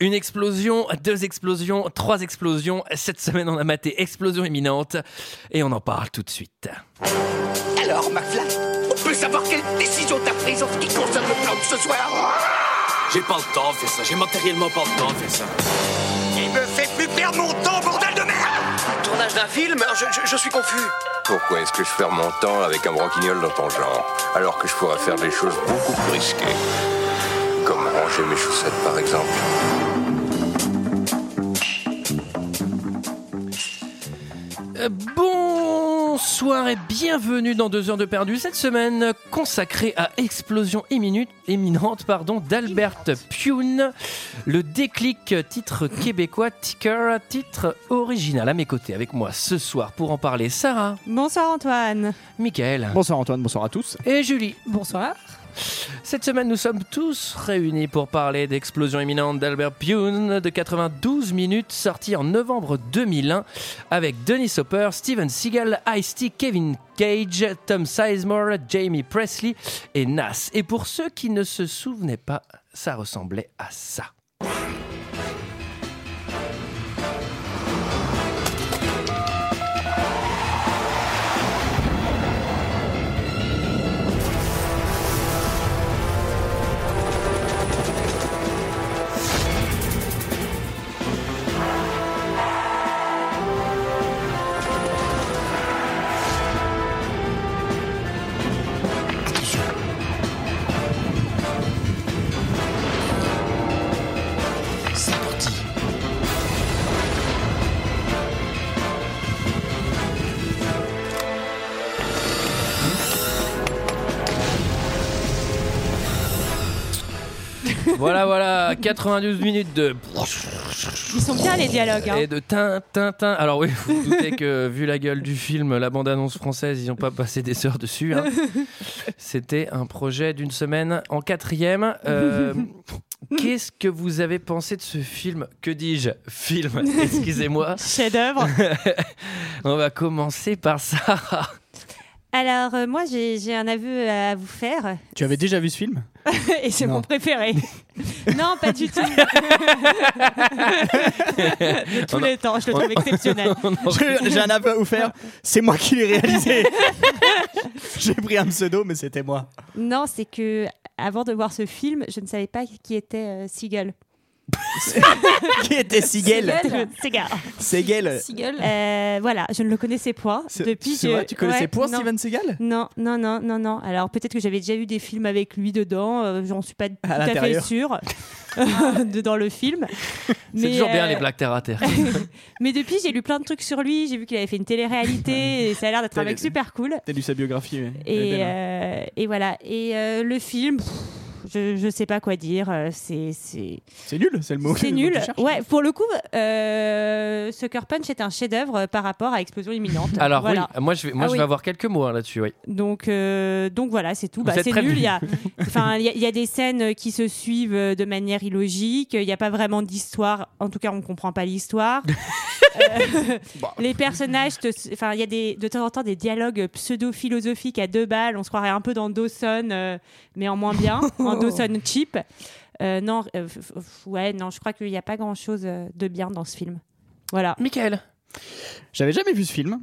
Une explosion, deux explosions, trois explosions. Cette semaine, on a maté Explosion imminente et on en parle tout de suite. Alors, McFly, on peut savoir quelle décision t'as prise en ce qui concerne le plan de ce soir J'ai pas le temps de faire ça, j'ai matériellement pas le temps de faire ça. Il me fait plus perdre mon temps, bordel de merde Tournage d'un film je, je- je suis confus. Pourquoi est-ce que je perds mon temps avec un broquignol dans ton genre, alors que je pourrais faire des choses beaucoup plus risquées Comme ranger mes chaussettes, par exemple. Euh, Bonsoir et bienvenue dans deux heures de perdu. Cette semaine consacrée à Explosion imminente, éminente pardon, d'Albert Pune. Le déclic, titre québécois, ticker, titre original. À mes côtés, avec moi ce soir pour en parler, Sarah, Bonsoir Antoine. Michael Bonsoir Antoine, bonsoir à tous. et Julie. Bonsoir. Cette semaine, nous sommes tous réunis pour parler d'Explosion imminente d'Albert Pune de 92 minutes, sorti en novembre 2001 avec Dennis Hopper, Steven Seagal, Ice-T, Kevin Cage, Tom Sizemore, Jamie Presley et Nas. Et pour ceux qui ne se souvenaient pas, ça ressemblait à ça. Voilà, voilà, 92 minutes de... Ils sont bien les dialogues. hein. Et de tin, tin, tin. Alors oui, vous vous doutez que vu la gueule du film, la bande-annonce française, ils n'ont pas passé des heures dessus. hein. C'était un projet d'une semaine en quatrième. Euh, Qu'est-ce que vous avez pensé de ce film Que dis-je Film, excusez-moi. Chef-d'œuvre. On va commencer par ça. Alors euh, moi j'ai j'ai un aveu à vous faire Tu avais déjà vu ce film et c'est Non. mon préféré. non pas du tout. De tous les temps, je le trouve exceptionnel. Je- J'ai un aveu à vous faire, c'est moi qui l'ai réalisé. J'ai pris un pseudo, mais c'était moi. Non c'est que avant de voir ce film, je ne savais pas qui était euh, Seagal. Qui était Sigel Seagal. Segel. Euh, voilà, je ne le connaissais point. Depuis C'est je- vrai, tu connaissais Ouais, point non. Steven Seagal Non, non, non, non, non. Alors peut-être que j'avais déjà vu des films avec lui dedans, euh, j'en suis pas tout à fait l'intérieur. sûre de- dans le film. C'est toujours bien euh, les blagues terre à terre. Mais depuis, j'ai lu plein de trucs sur lui, j'ai vu qu'il avait fait une télé-réalité et ça a l'air d'être un mec Télé- Eh ben super cool. T'as lu sa biographie mais- Et, mais- euh, et voilà. Et euh, le film, pff, je, je sais pas quoi dire, euh, c'est c'est- C'est nul, c'est le mot. c'est le mot que nul. tu cherches. Ouais, pour le coup, euh, Sucker Punch est un chef-d'œuvre euh, par rapport à Explosion imminente. Alors voilà. oui, moi je vais, moi, Ah je oui. vais avoir quelques mots hein, là-dessus. Oui. Donc, euh, donc voilà, c'est tout. Bah, êtes c'est prévenus. nul. Il y a, enfin, il y, a- il y a des scènes qui se suivent euh, de manière illogique. Il n'y a pas vraiment d'histoire. En tout cas, on ne comprend pas l'histoire. Euh, les personnages, te- enfin, il y a des, de temps en temps des dialogues pseudo-philosophiques à deux balles. On se croirait un peu dans Dawson, euh, mais en moins bien, en Dawson cheap. Euh, non, euh, f- f- ouais, non, je crois qu'il n'y a pas grand-chose euh, de bien dans ce film. Voilà. Michael, J'avais jamais vu ce film.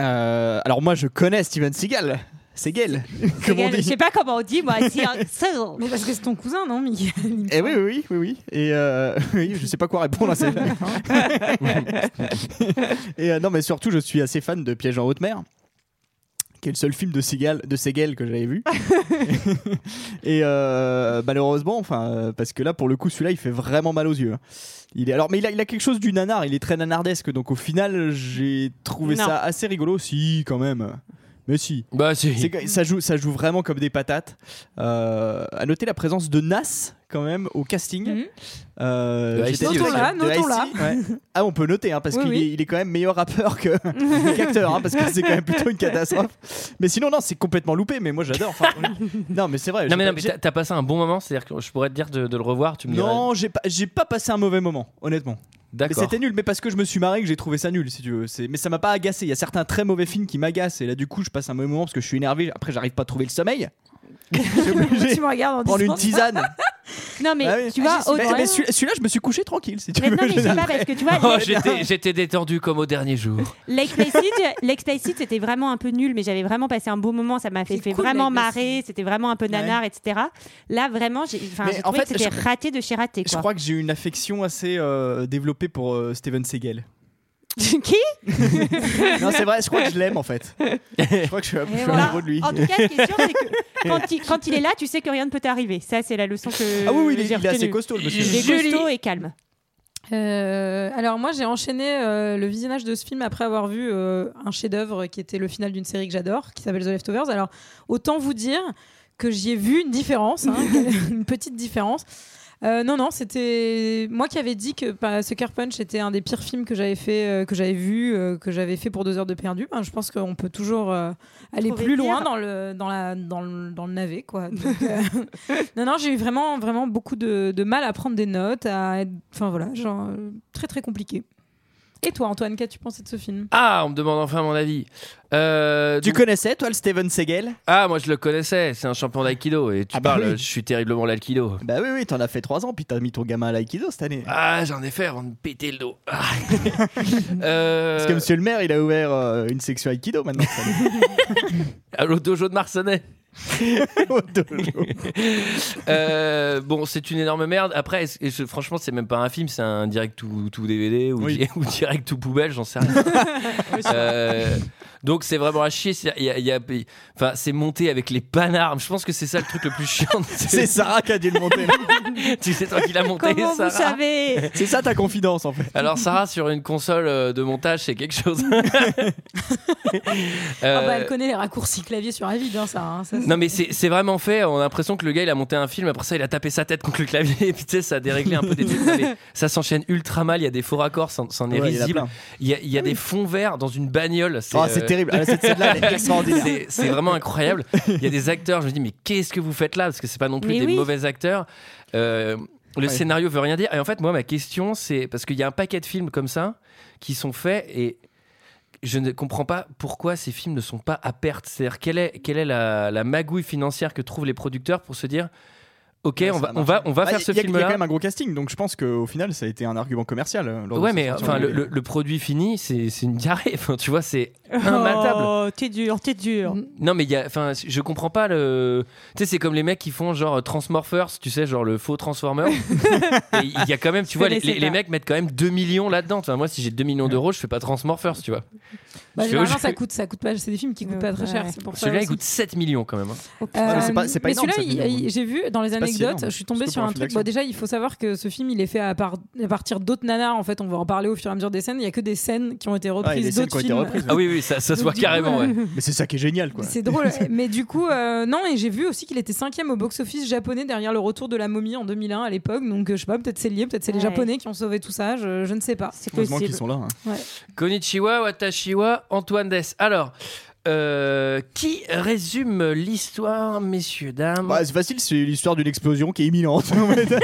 Euh, alors moi, je connais Steven Seagal. Segel. Comme on Je dit. sais pas comment on dit, moi. hein. c'est un- c'est un- Mais parce que c'est ton cousin, non, Miguel Eh oui, oui, oui, oui, oui. Et euh, oui, je sais pas quoi répondre à ça. Et euh, non, mais surtout, je suis assez fan de Piège en haute mer, qui est le seul film de Seagal, de Segel que j'avais vu. Et euh, malheureusement, enfin, euh, parce que là, pour le coup, celui-là, il fait vraiment mal aux yeux. hein. Il est alors, mais il a, il a quelque chose du nanar. Il est très nanardesque, donc au final, j'ai trouvé Non. ça assez rigolo, si quand même. Mais si. bah C'est si. que ça joue, ça joue vraiment comme des patates. Euh, à noter la présence de Nas quand même au casting. Mhm. Euh, De j'étais- Ice-T aussi. Notons-la, de notons-la. Ice-T, ouais. Ah, on peut noter hein, parce Oui, qu'il oui. est, il est quand même meilleur rappeur que qu'acteur hein, parce que c'est quand même plutôt une catastrophe. Mais sinon non, c'est complètement loupé. Mais moi j'adore. Enfin, non mais c'est vrai. Non j'ai mais, pas- non, mais j'ai- t'as t'as passé un bon moment, c'est-à-dire que je pourrais te dire de, de le revoir, tu me dirais. non, j'ai pas, j'ai pas passé un mauvais moment, honnêtement. Mais D'accord. c'était nul, mais parce que je me suis marré que j'ai trouvé ça nul, si tu veux. C'est- Mais ça m'a pas agacé. Il y a certains très mauvais films qui m'agacent, et là, du coup, je passe un mauvais moment parce que je suis énervé. Après, j'arrive pas à trouver le sommeil. J'ai obligé tu me regardes en de prendre une disant. tisane. Non, mais Ah oui. tu vois, Mais, autant- mais celui- celui-là, je me suis couché tranquille, si tu Mais veux. non, mais je sais pas, parce que tu vois, Oh, les- j'étais j'étais détendu comme au dernier jour. L'explicit, l'explicit, c'était vraiment un peu nul, mais j'avais vraiment passé un bon moment. Ça m'a fait, C'est fait cool, vraiment l'Explicit. marrer. C'était vraiment un peu nanar, etc. Là, vraiment, j'ai enfin, Mais j'ai en trouvé fait, que c'était je- raté de chez raté. Je Quoi. crois que j'ai une affection assez euh, développée pour euh, Steven Seagal. Qui non, c'est vrai, je crois que je l'aime en fait. Je crois que je suis, je suis voilà. amoureux de lui. En tout cas, ce qui est sûr, c'est que quand il, quand il est là, tu sais que rien ne peut t'arriver. Ça, c'est la leçon que. Ah oui, oui, il est, j'ai il est assez retenue. costaud le Il monsieur. est Julie. costaud et calme. Euh, alors moi j'ai enchaîné euh, le visionnage de ce film après avoir vu euh, un chef-d'œuvre qui était le final d'une série que j'adore qui s'appelle The Leftovers. Alors autant vous dire que j'y ai vu une différence, hein, une petite différence. Euh, non non c'était moi qui avais dit que bah, Sucker Punch était un des pires films que j'avais fait, euh, que j'avais vu, euh, que j'avais fait pour deux heures de perdu. Ben, je pense qu'on peut toujours euh, aller Trouver plus loin pire. dans le dans la dans le, dans le navet quoi. Donc, euh, non, non, j'ai eu vraiment, vraiment beaucoup de, de mal à prendre des notes, à être- Enfin voilà, genre, euh, très très compliqué. Et toi, Antoine, qu'as-tu pensé de ce film Ah, on me demande enfin mon avis. Euh, Tu donc- connaissais toi le Steven Seagal ah, moi je le connaissais, c'est un champion d'aïkido et tu Ah bah parles, oui. je suis terriblement l'aïkido. Bah oui, oui, t'en as fait 3 ans, puis t'as mis ton gamin à l'aïkido cette année. Ah, j'en ai fait avant de me péter le dos. Ah. Euh, Parce que monsieur le maire, il a ouvert euh, une section aïkido maintenant. cette année. à l'autre dojo de Marcenet. Au dojo. Euh, bon, c'est une énorme merde. Après, est-ce- et je- franchement, c'est même pas un film, c'est un direct tout, tout DVD ou, Oui. di- ou direct tout poubelle, j'en sais rien. Euh, donc, c'est vraiment à chier. C'est- il y a- il y a- enfin, c'est monté avec les panarmes. Je pense que c'est ça le truc le plus chiant. de ce- c'est Sarah qui a dû le monter. là. tu sais, toi qui l'as monté, Comment Sarah. vous savez C'est ça ta confidence en fait. Alors, Sarah, sur une console euh, de montage, c'est quelque chose. Ah Euh, bah, Elle connaît les raccourcis clavier sur la vide, hein, ça. hein, ça, c'est- Non mais c'est c'est vraiment fait, on a l'impression que le gars il a monté un film, après ça il a tapé sa tête contre le clavier et puis tu sais ça a déréglé un peu des trucs, Non, mais ça s'enchaîne ultra mal, il y a des faux raccords, c'en c'en est Ouais, il y en a risible, plein. il y a, il Ah y a des fonds verts dans une bagnole, c'est Ah, c'est euh, terrible. Ah, cette scène-là, elle est extraordinaire. c'est- c'est vraiment incroyable, il y a des acteurs, je me dis mais qu'est-ce que vous faites là parce que c'est pas non plus Mais des oui. mauvais acteurs. Euh, le Ouais. scénario veut rien dire et en fait moi ma question c'est parce qu'il y a un paquet de films comme ça qui sont faits et je ne comprends pas pourquoi ces films ne sont pas à perte. C'est-à-dire, quelle est, quelle est la, la magouille financière que trouvent les producteurs pour se dire Ok, Ouais, on, ça va, marche. on va, on va Bah, faire il y ce a- Il y a quand film-là même un gros casting, donc je pense qu'au final, ça a été un argument commercial. euh, lors de Ouais, cette mais sortie. enfin, le, le- le produit fini, c'est c'est une diarrhée. Enfin, tu vois, c'est Ah, immatable. Oh, t'es dur, t'es Mm. dur. Non, mais il y a, enfin, je comprends pas le. Tu sais, c'est comme les mecs qui font genre euh, Transmorphers, tu sais, genre le faux Transformer. Et Il y a quand même, tu Je vois, les, connaissais les- les pas. mecs mettent quand même 2 millions là-dedans. Enfin, moi, si j'ai 2 millions d'euros, je fais pas Transmorphers, tu vois. Je- Bah, oh, généralement, je- ça coûte, ça coûte pas. C'est des films qui coûtent pas très cher. Ouais. C'est pour ça. Celui-là, il aussi. coûte 7 millions quand même. hein. Ah, mais c'est Euh, pas- c'est pas mais énorme, celui-là, ça, il- finalement. il- j'ai vu dans les pas si anecdotes, énorme, je suis tombée surtout sur pour un un film truc. d'action. Bon, déjà, il faut savoir que ce film, il est fait à, part- à partir d'autres nanas. En fait, on va en parler au fur et à mesure des scènes. Il y a que des scènes qui ont été Ouais, il y a reprises des scènes qui d'autres ont été films. reprises. Ah oui, oui, ça, ça se Donc, voit du coup, carrément, ouais. Mais c'est ça qui est génial, quoi. C'est drôle. Mais du coup, euh, non, et j'ai vu aussi qu'il était cinquième au box-office japonais derrière le retour de la momie en 2001 à l'époque. Donc, euh, je sais pas, peut-être c'est lié, peut-être c'est les Ouais. Japonais qui ont sauvé tout ça, je, je ne sais pas. C'est Heureusement possible. qu'ils sont là. hein. Konnichiwa, Watashiwa, Antoine Dess. Alors, euh, qui résume l'histoire, messieurs, dames Bah, c'est facile, c'est l'histoire d'une explosion qui est imminente. En fait.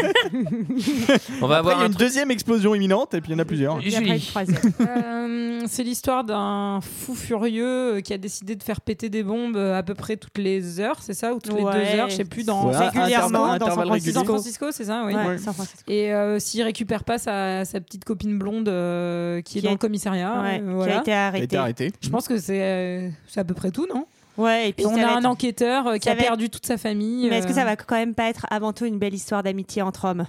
On va Après, il y avoir a un une truc. deuxième explosion imminente et puis il y en a plusieurs. Et après, une Julie. phrase. Euh, c'est l'histoire d'un fou furieux euh, qui a décidé de faire péter des bombes euh, à peu près toutes les heures, c'est ça Ou toutes Ouais. les deux heures, je sais plus, dans, Ouais, régulièrement intervalle- dans San intervalle Francisco. San régulier. Francisco, c'est ça oui. Ouais, San Francisco. Et euh, s'il récupère pas sa, sa petite copine blonde euh, qui est Qui dans a- le commissariat, Ouais, Qui euh, a été Il voilà. a été arrêté. arrêté. je pense que c'est euh, c'est à peu près tout, non Ouais, et puis Et on ça a va un être- enquêteur euh, qui ça a va être- perdu toute sa famille. Mais est-ce que euh, ça va quand même pas être avant tout une belle histoire d'amitié entre hommes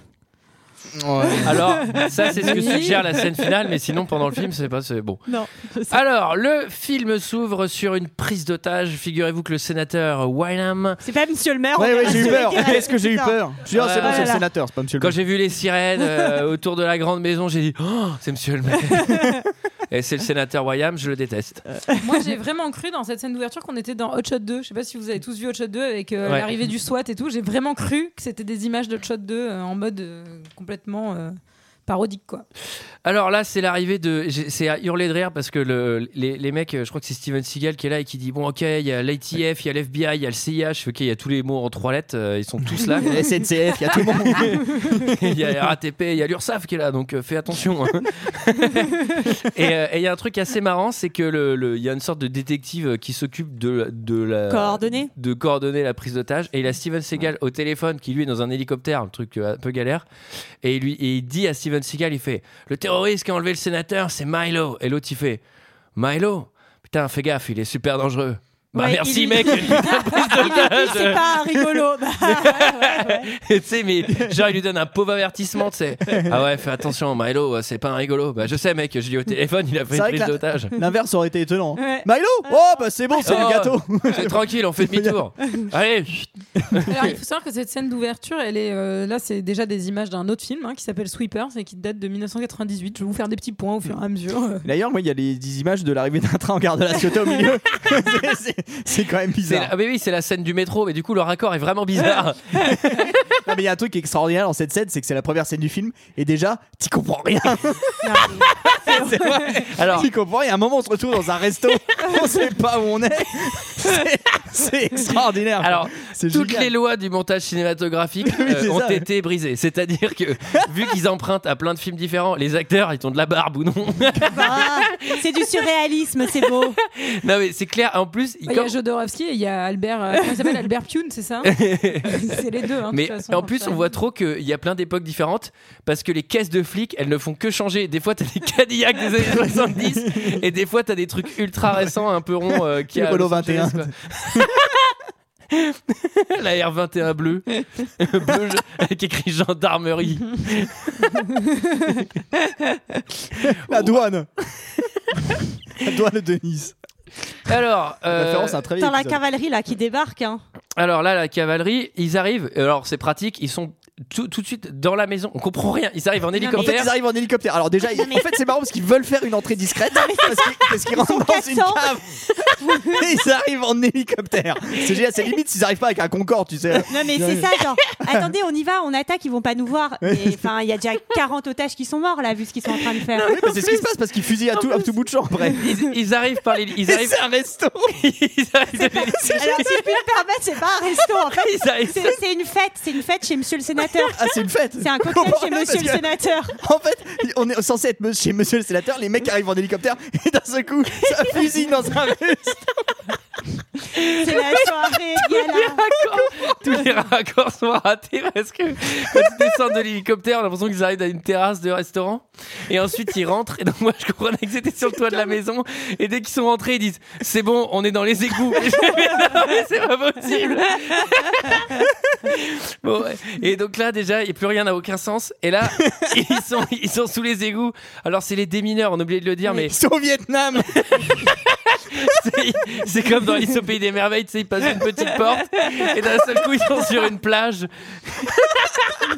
Alors, ça, c'est ce que Oui. suggère la scène finale, mais sinon, pendant le film, c'est pas c'est bon. Non. Alors, le film s'ouvre sur une prise d'otage. Figurez-vous que le sénateur Wylam. C'est pas Monsieur le maire Ouais, Ah, on ouais, verra j'ai eu sur peur. lequel- Qu'est-ce que j'ai eu Putain. peur Je suis dit, ah, c'est bon, Ouais. c'est le sénateur, c'est pas monsieur le Quand maire. j'ai vu les sirènes euh, autour de la grande maison, j'ai dit Oh, c'est monsieur le maire. Et c'est le sénateur Wyam, je le déteste. Moi, j'ai vraiment cru dans cette scène d'ouverture qu'on était dans Hot Shot 2. Je sais pas si vous avez tous vu Hot Shot 2 avec euh, Ouais. l'arrivée du SWAT et tout. J'ai vraiment cru que c'était des images de Hot Shot 2 euh, en mode euh, complètement euh, parodique, quoi. Alors là, c'est l'arrivée de. j'ai- C'est à hurler de rire parce que le- les, les mecs, euh, je crois que c'est Steven Seagal qui est là et qui dit Bon, ok, il y a l'ITF, il y a l'FBI, il y a le CIH, ok, il y a tous les mots en trois lettres, euh, ils sont tous là. quoi. La SNCF, il y a tout le monde. il y a la RATP, il y a l'URSAF qui est là, donc euh, fais attention. hein. et euh, et il y a un truc assez marrant, c'est que le- le- il y a une sorte de détective euh, qui s'occupe de, de la. Coordonnées. de coordonner la prise d'otage et il a Steven Seagal au téléphone qui lui est dans un hélicoptère un truc euh, un peu galère et il lui et il dit à Steven Seagal il fait le terroriste qui a enlevé le sénateur c'est Milo et l'autre il fait Milo putain fais gaffe il est super dangereux bah Ouais, merci il- mec il y a une putain de prise d'otage. Ah, Ah, C'est pas rigolo. Bah, ouais, ouais, ouais. Et tu sais, mais genre, il lui donne un pauvre avertissement, tu sais. Ah ouais, fais attention, Milo, euh, c'est pas un rigolo. Bah, je sais, mec, je lui ai au téléphone, il a fait C'est une vrai prise que la- d'otage. L'inverse aurait été étonnant. Ouais. Milo Oh, bah c'est bon, c'est Oh. le gâteau. C'est tranquille, on fait demi-tour. Allez, chut. Alors, il faut savoir que cette scène d'ouverture, elle est euh, là, c'est déjà des images d'un autre film hein, qui s'appelle Sweepers et qui date de 1998. Je vais vous faire des petits points au fur et à mesure. D'ailleurs, moi, il y a les- des images de l'arrivée d'un train en gare de la Ciotat au milieu. C'est- c'est- c'est quand même C'est bizarre. la- ah, mais oui, c'est la scène du métro, mais du coup, le raccord est vraiment bizarre. Non, mais il y a un truc extraordinaire dans cette scène, c'est que c'est la première scène du film, et déjà, t'y comprends rien. Alors, T'y comprends rien. À un moment, on se retrouve dans un resto, on sait pas où on est. C'est- C'est extraordinaire. alors c'est toutes génial. les lois du montage cinématographique Oui, euh, c'est ont ça. été brisées. C'est-à-dire que, vu qu'ils empruntent à plein de films différents, les acteurs, ils ont de la barbe ou non. Ah, c'est du surréalisme, c'est beau. non, mais c'est clair, en plus, ils Il y a Jodorowsky et il y a Albert. euh, comment il s'appelle Albert Pune, c'est ça hein C'est les deux. hein, de Mais toute façon, en plus, ça. on voit trop qu'il y a plein d'époques différentes parce que les caisses de flics, elles ne font que changer. Des fois, t'as des Cadillacs des années 70 et des fois, t'as des trucs ultra récents, un peu ronds euh, qui Le a Renault Los Angeles, quoi. La R21 bleue, bleu, je- qui écrit gendarmerie. La douane. la douane de Nice. Alors, euh, Référence à un très vieil Dans la épisode. cavalerie là qui débarque. hein. alors là, la cavalerie, ils arrivent. Alors, c'est pratique, ils sont tout, tout de suite dans la maison. On comprend rien. Ils arrivent en En fait, hélicoptère. ils arrivent en hélicoptère. Alors déjà, ils- en fait, c'est marrant parce qu'ils veulent faire une entrée discrète parce qu'ils- parce qu'ils rentrent dans une 400. cave. Et ils arrivent en hélicoptère. C'est génial, c'est limite s'ils arrivent pas avec un Concorde, tu sais. Non mais c'est ça. Genre, attendez, on y va, on attaque, ils vont pas nous voir. Et, Enfin, il y a déjà 40 otages qui sont morts là, vu ce qu'ils sont en train de faire. Oui, mais c'est ce qui se passe parce qu'ils fusillent à tout, à tout bout de champ après. Ils, ils arrivent par les. Ils Et arrivent. C'est un resto. ils arrivent de Alors, si je puis me permettre, c'est pas un resto en fait. Ils arrivent- C'est c'est une fête, c'est une fête chez Monsieur le Sénateur. Ah, c'est une fête. C'est un cocktail Comprends chez rien, Monsieur parce le que- Sénateur. En fait, on est censé être me- chez Monsieur le Sénateur, les mecs arrivent en hélicoptère et d'un seul coup, ça fusille dans un resto. C'est la soirée gala. tous les raccords sont ratés parce que quand ils descendent de l'hélicoptère, on a l'impression qu'ils arrivent à une terrasse de restaurant et ensuite ils rentrent. Et donc, moi, je comprenais que c'était sur le toit de la maison. Et dès qu'ils sont rentrés, ils disent C'est bon, on est dans les égouts. Et je fais, Mais non, mais c'est pas possible. Bon, ouais. et donc là, déjà, il n'y a plus rien n'a aucun sens. Et là, ils sont, ils sont sous les égouts. Alors, c'est les démineurs, on a oublié de le dire, mais Ils sont au Vietnam. c'est- C'est comme dans Alice au pays des merveilles, tu sais, ils passent une petite porte et d'un seul coup ils sont sur une plage.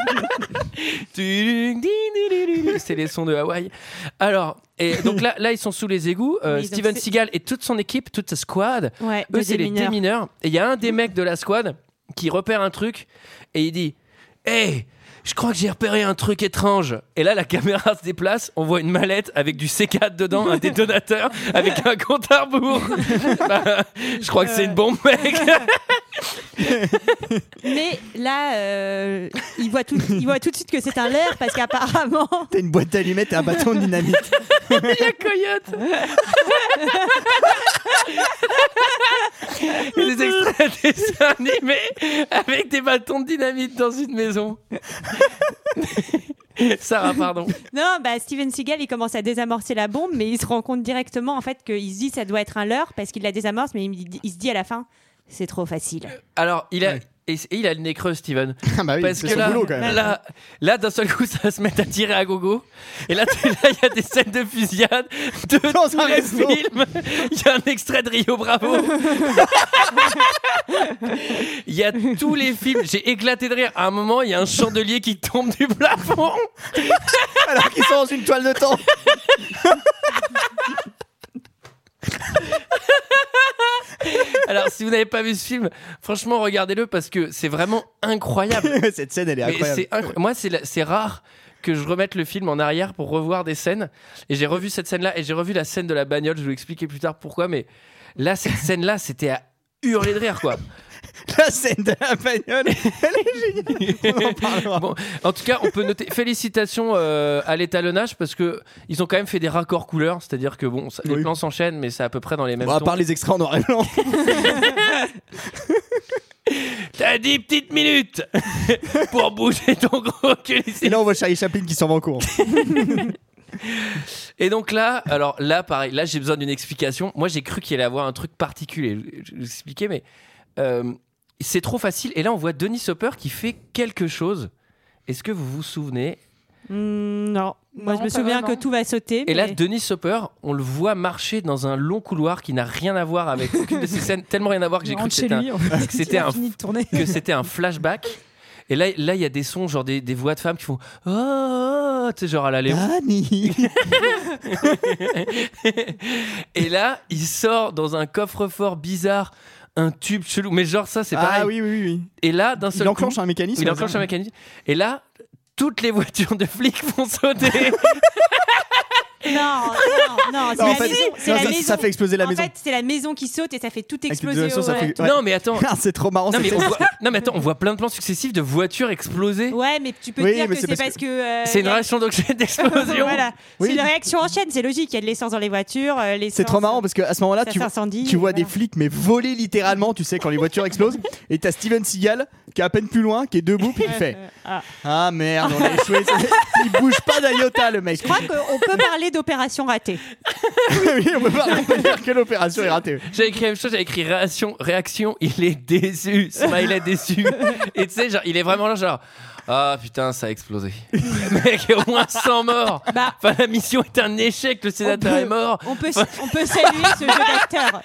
C'est les sons de Hawaï. Alors, et donc là, là ils sont sous les égouts. Euh, Mais ils ont- Steven Seagal et toute son équipe, toute sa squad, Ouais, eux des c'est les démineurs. démineurs. Et il y a un des mecs de la squad qui repère un truc et il dit Hey je crois que j'ai repéré un truc étrange. Et là, la caméra se déplace. On voit une mallette avec du C4 dedans, un détonateur, avec un compte à rebours. Bah, je crois que c'est une bombe, mec. Mais là, euh, il, voit tout, il voit tout de suite que c'est un leurre parce qu'apparemment, T'as une boîte d'allumettes et un bâton de dynamite. La coyote. Et des extraits de dessins animés avec des bâtons de dynamite dans une maison. Sarah, pardon. non, bah Steven Seagal, il commence à désamorcer la bombe, mais il se rend compte directement en fait qu'il se dit ça doit être un leurre parce qu'il la désamorce, mais il, il se dit à la fin, c'est trop facile. Alors, il a, Ouais. et c- et il a le nez creux, Steven. Ah bah oui, Parce c'est que son là, boulot quand même. là, là, d'un seul coup, ça se met à tirer à gogo. Et là, t'es- là, il y a des scènes de fusillade de Dans tous un les resto. films. Il y a un extrait de Rio Bravo. Il y a tous les films. J'ai éclaté de rire. À un moment, il y a un chandelier qui tombe du plafond. Alors qu'ils sont dans une toile de temps. Alors, si vous n'avez pas vu ce film, franchement, regardez-le parce que c'est vraiment incroyable. Cette scène, elle est Mais incroyable. c'est incroyable. Moi, c'est la- c'est rare que je remette le film en arrière pour revoir des scènes. Et j'ai revu cette scène-là et j'ai revu la scène de la bagnole. Je vais vous expliquer plus tard pourquoi, mais là, cette scène-là, c'était à hurler de rire, quoi. La scène de la bagnole, elle est géniale. On en parlera. Bon, en tout cas, on peut noter félicitations euh, à l'étalonnage parce que ils ont quand même fait des raccords couleurs, c'est-à-dire que bon, ça- les Oui. plans s'enchaînent, mais c'est à peu près dans les mêmes. Bon, à tons. part les extraits en noir et blanc. T'as 10 petites minutes pour bouger ton gros cul Et ici. là, on voit Charlie Chaplin qui s'en va en cours. Et donc là, alors là, pareil, là j'ai besoin d'une explication. Moi, j'ai cru qu'il allait avoir un truc particulier. Je vais vous expliquer, mais euh, c'est trop facile. Et là, on voit Denis Hopper qui fait quelque chose. Est-ce que vous vous souvenez Mm, non. Moi, Non, je me pas souviens vraiment. que tout va sauter. Et là, mais- Denis Hopper, on le voit marcher dans un long couloir qui n'a rien à voir avec aucune de ces scènes, tellement rien à voir que j'ai Il cru rentre que chez c'était un, lui, en fait, que c'était il a un- fini de tourner. que c'était un flashback. Et là, là, il y a des sons, genre des, des voix de femmes qui font Oh, oh tu sais, genre à la Léon. Dani Et là, il sort dans un coffre-fort bizarre un tube chelou. Mais genre, ça, c'est pareil. Ah oui, oui, oui. Et là, d'un seul Il enclenche coup, un mécanisme. il enclenche un mécanisme. Et là, toutes les voitures de flics vont sauter. Non, non, non, c'est Non, en la fait, maison. non, C'est la ça- maison. ça fait exploser la en maison. fait, c'est la maison qui saute et ça fait tout Avec exploser. l'explosion, ça ouais. fait- ouais. Non, mais attends. Ah, c'est trop marrant. Non mais, cette on scène. voit... non, mais attends, on voit plein de plans successifs de voitures exploser. Ouais, mais tu peux Oui, dire mais que c'est c'est parce parce que. euh, C'est y une a- réaction d'oxygène d'explosion. Voilà. Oui. C'est une réaction en chaîne, c'est logique. Il y a de l'essence dans les voitures. euh, l'essence, C'est trop marrant parce qu'à ce moment-là, ça tu vois, s'incendie, tu vois voilà. des flics mais voler littéralement, tu sais, quand les voitures explosent. Et t'as Steven Seagal qui est à peine plus loin, qui est debout, puis il fait Euh, ah. Ah merde, on a échoué. il bouge pas d'un iota, le mec. Je crois qu'on peut parler d'opération ratée. oui, on peut pas on peut dire que l'opération est ratée. J'avais écrit la même chose, j'avais écrit réaction, réaction, il est déçu, smiley déçu. Et tu sais, genre, il est vraiment là, genre, ah putain, ça a explosé. Mec, au moins 100 morts. Bah. Enfin, la mission est un échec, le sénateur peut- est mort. On peut, on peut saluer ce jeu d'acteur.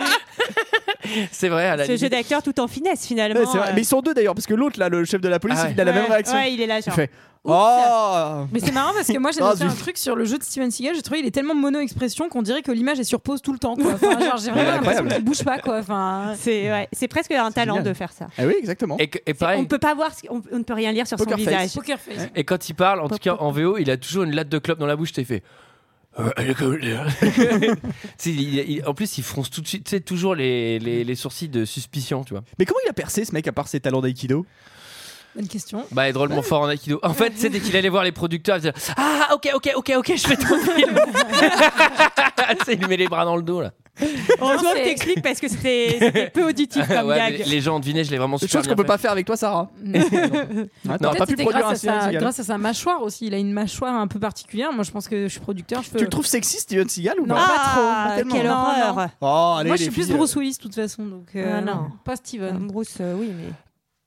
C'est vrai, à la Ce jeu limite. d'acteur tout en finesse, finalement. Ouais, c'est vrai. euh. Mais ils sont deux d'ailleurs, parce que l'autre, là, le chef de la police, Ah ouais. il a la Ouais, même réaction. Ouais, il est là, Il genre. fait Oh Mais c'est marrant parce que moi j'ai Ah, noté zut. un truc sur le jeu de Steven Seagal. J'ai trouvé il est tellement mono-expression qu'on dirait que l'image est sur pause tout le temps. Quoi. Enfin, genre, j'ai vraiment l'impression incroyable. qu'il bouge pas. Quoi. Enfin, C'est ouais, c'est presque un talent génial. de faire ça. Ah oui, exactement. Et, que- et On pareil, ne peut pas voir, ce- on, on ne peut rien lire sur son Poker face. visage. poker face. et quand il parle, en tout cas en VO, il a toujours une latte de clope dans la bouche, t'es fait. Euh, elle est cool. Tu sais, il- il- en plus, il fronce tout de suite, tu sais, toujours les, les, les sourcils de suspicion, tu vois. Mais comment il a percé ce mec à part ses talents d'aïkido Bonne question. Bah, il est drôlement fort en aikido. En fait, c'est dès qu'il allait voir les producteurs, il disait Ah, ok, ok, ok, ok, je fais ton film. Tu sais, il lui met les bras dans le dos, là. Heureusement que c'est- t'expliques parce que c'était c'était peu auditif comme Ouais, mais gag. les gens ont deviné, je l'ai vraiment Chose super qu'on bien peut fait. pas faire avec toi, Sarah. Non, t'aurais pas Peut-être pu c'était produire un grâce, Steven à sa, Seagal. grâce à sa mâchoire aussi. Il a une mâchoire un peu particulière. Moi je pense que je suis producteur. Je peux... Tu le trouves sexy, Steven Seagal ou Non, pas pas trop, Ah, pas tellement. quelle Non, horreur. Euh, non. Oh, allez, Moi les je suis plus filles, Bruce Willis de toute façon. Donc, euh, Ah, non. pas Euh, Steven. Bruce, euh, oui, mais.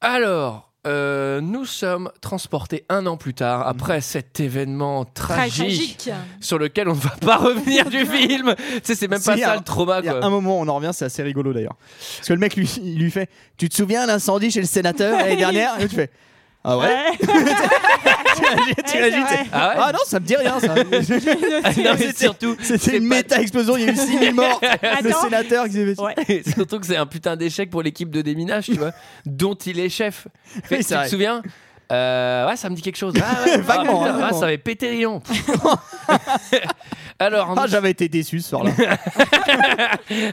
Alors, euh, nous sommes transportés un an plus tard, après cet événement tragique, sur lequel on ne va pas revenir du film. Tu sais, c'est même Si, pas il y a ça un- le trauma, euh, Il y a quoi. un moment, on en revient, c'est assez rigolo d'ailleurs. Parce que le mec, lui, il lui fait Tu te souviens l'incendie chez le sénateur l'année dernière Et tu fais Ah ouais Tu Ouais, c'est agites. vrai. Ah ouais Ah non, ça me dit rien ça. Non, mais surtout, Ah, C'était une pas- méta-explosion, il y a eu 6000 morts. Le Attends. sénateur qui s'est fait- Ouais. surtout que c'est un putain d'échec pour l'équipe de déminage, tu vois, dont il est chef. Fait, Oui, tu c'est te vrai. souviens Euh, Ouais, ça me dit quelque chose. Ah, ouais, Vaguement, hein, ah, putain, vaguement. ah, ça avait pété les lions. Alors, Ah, j'avais été déçu ce soir-là. allez,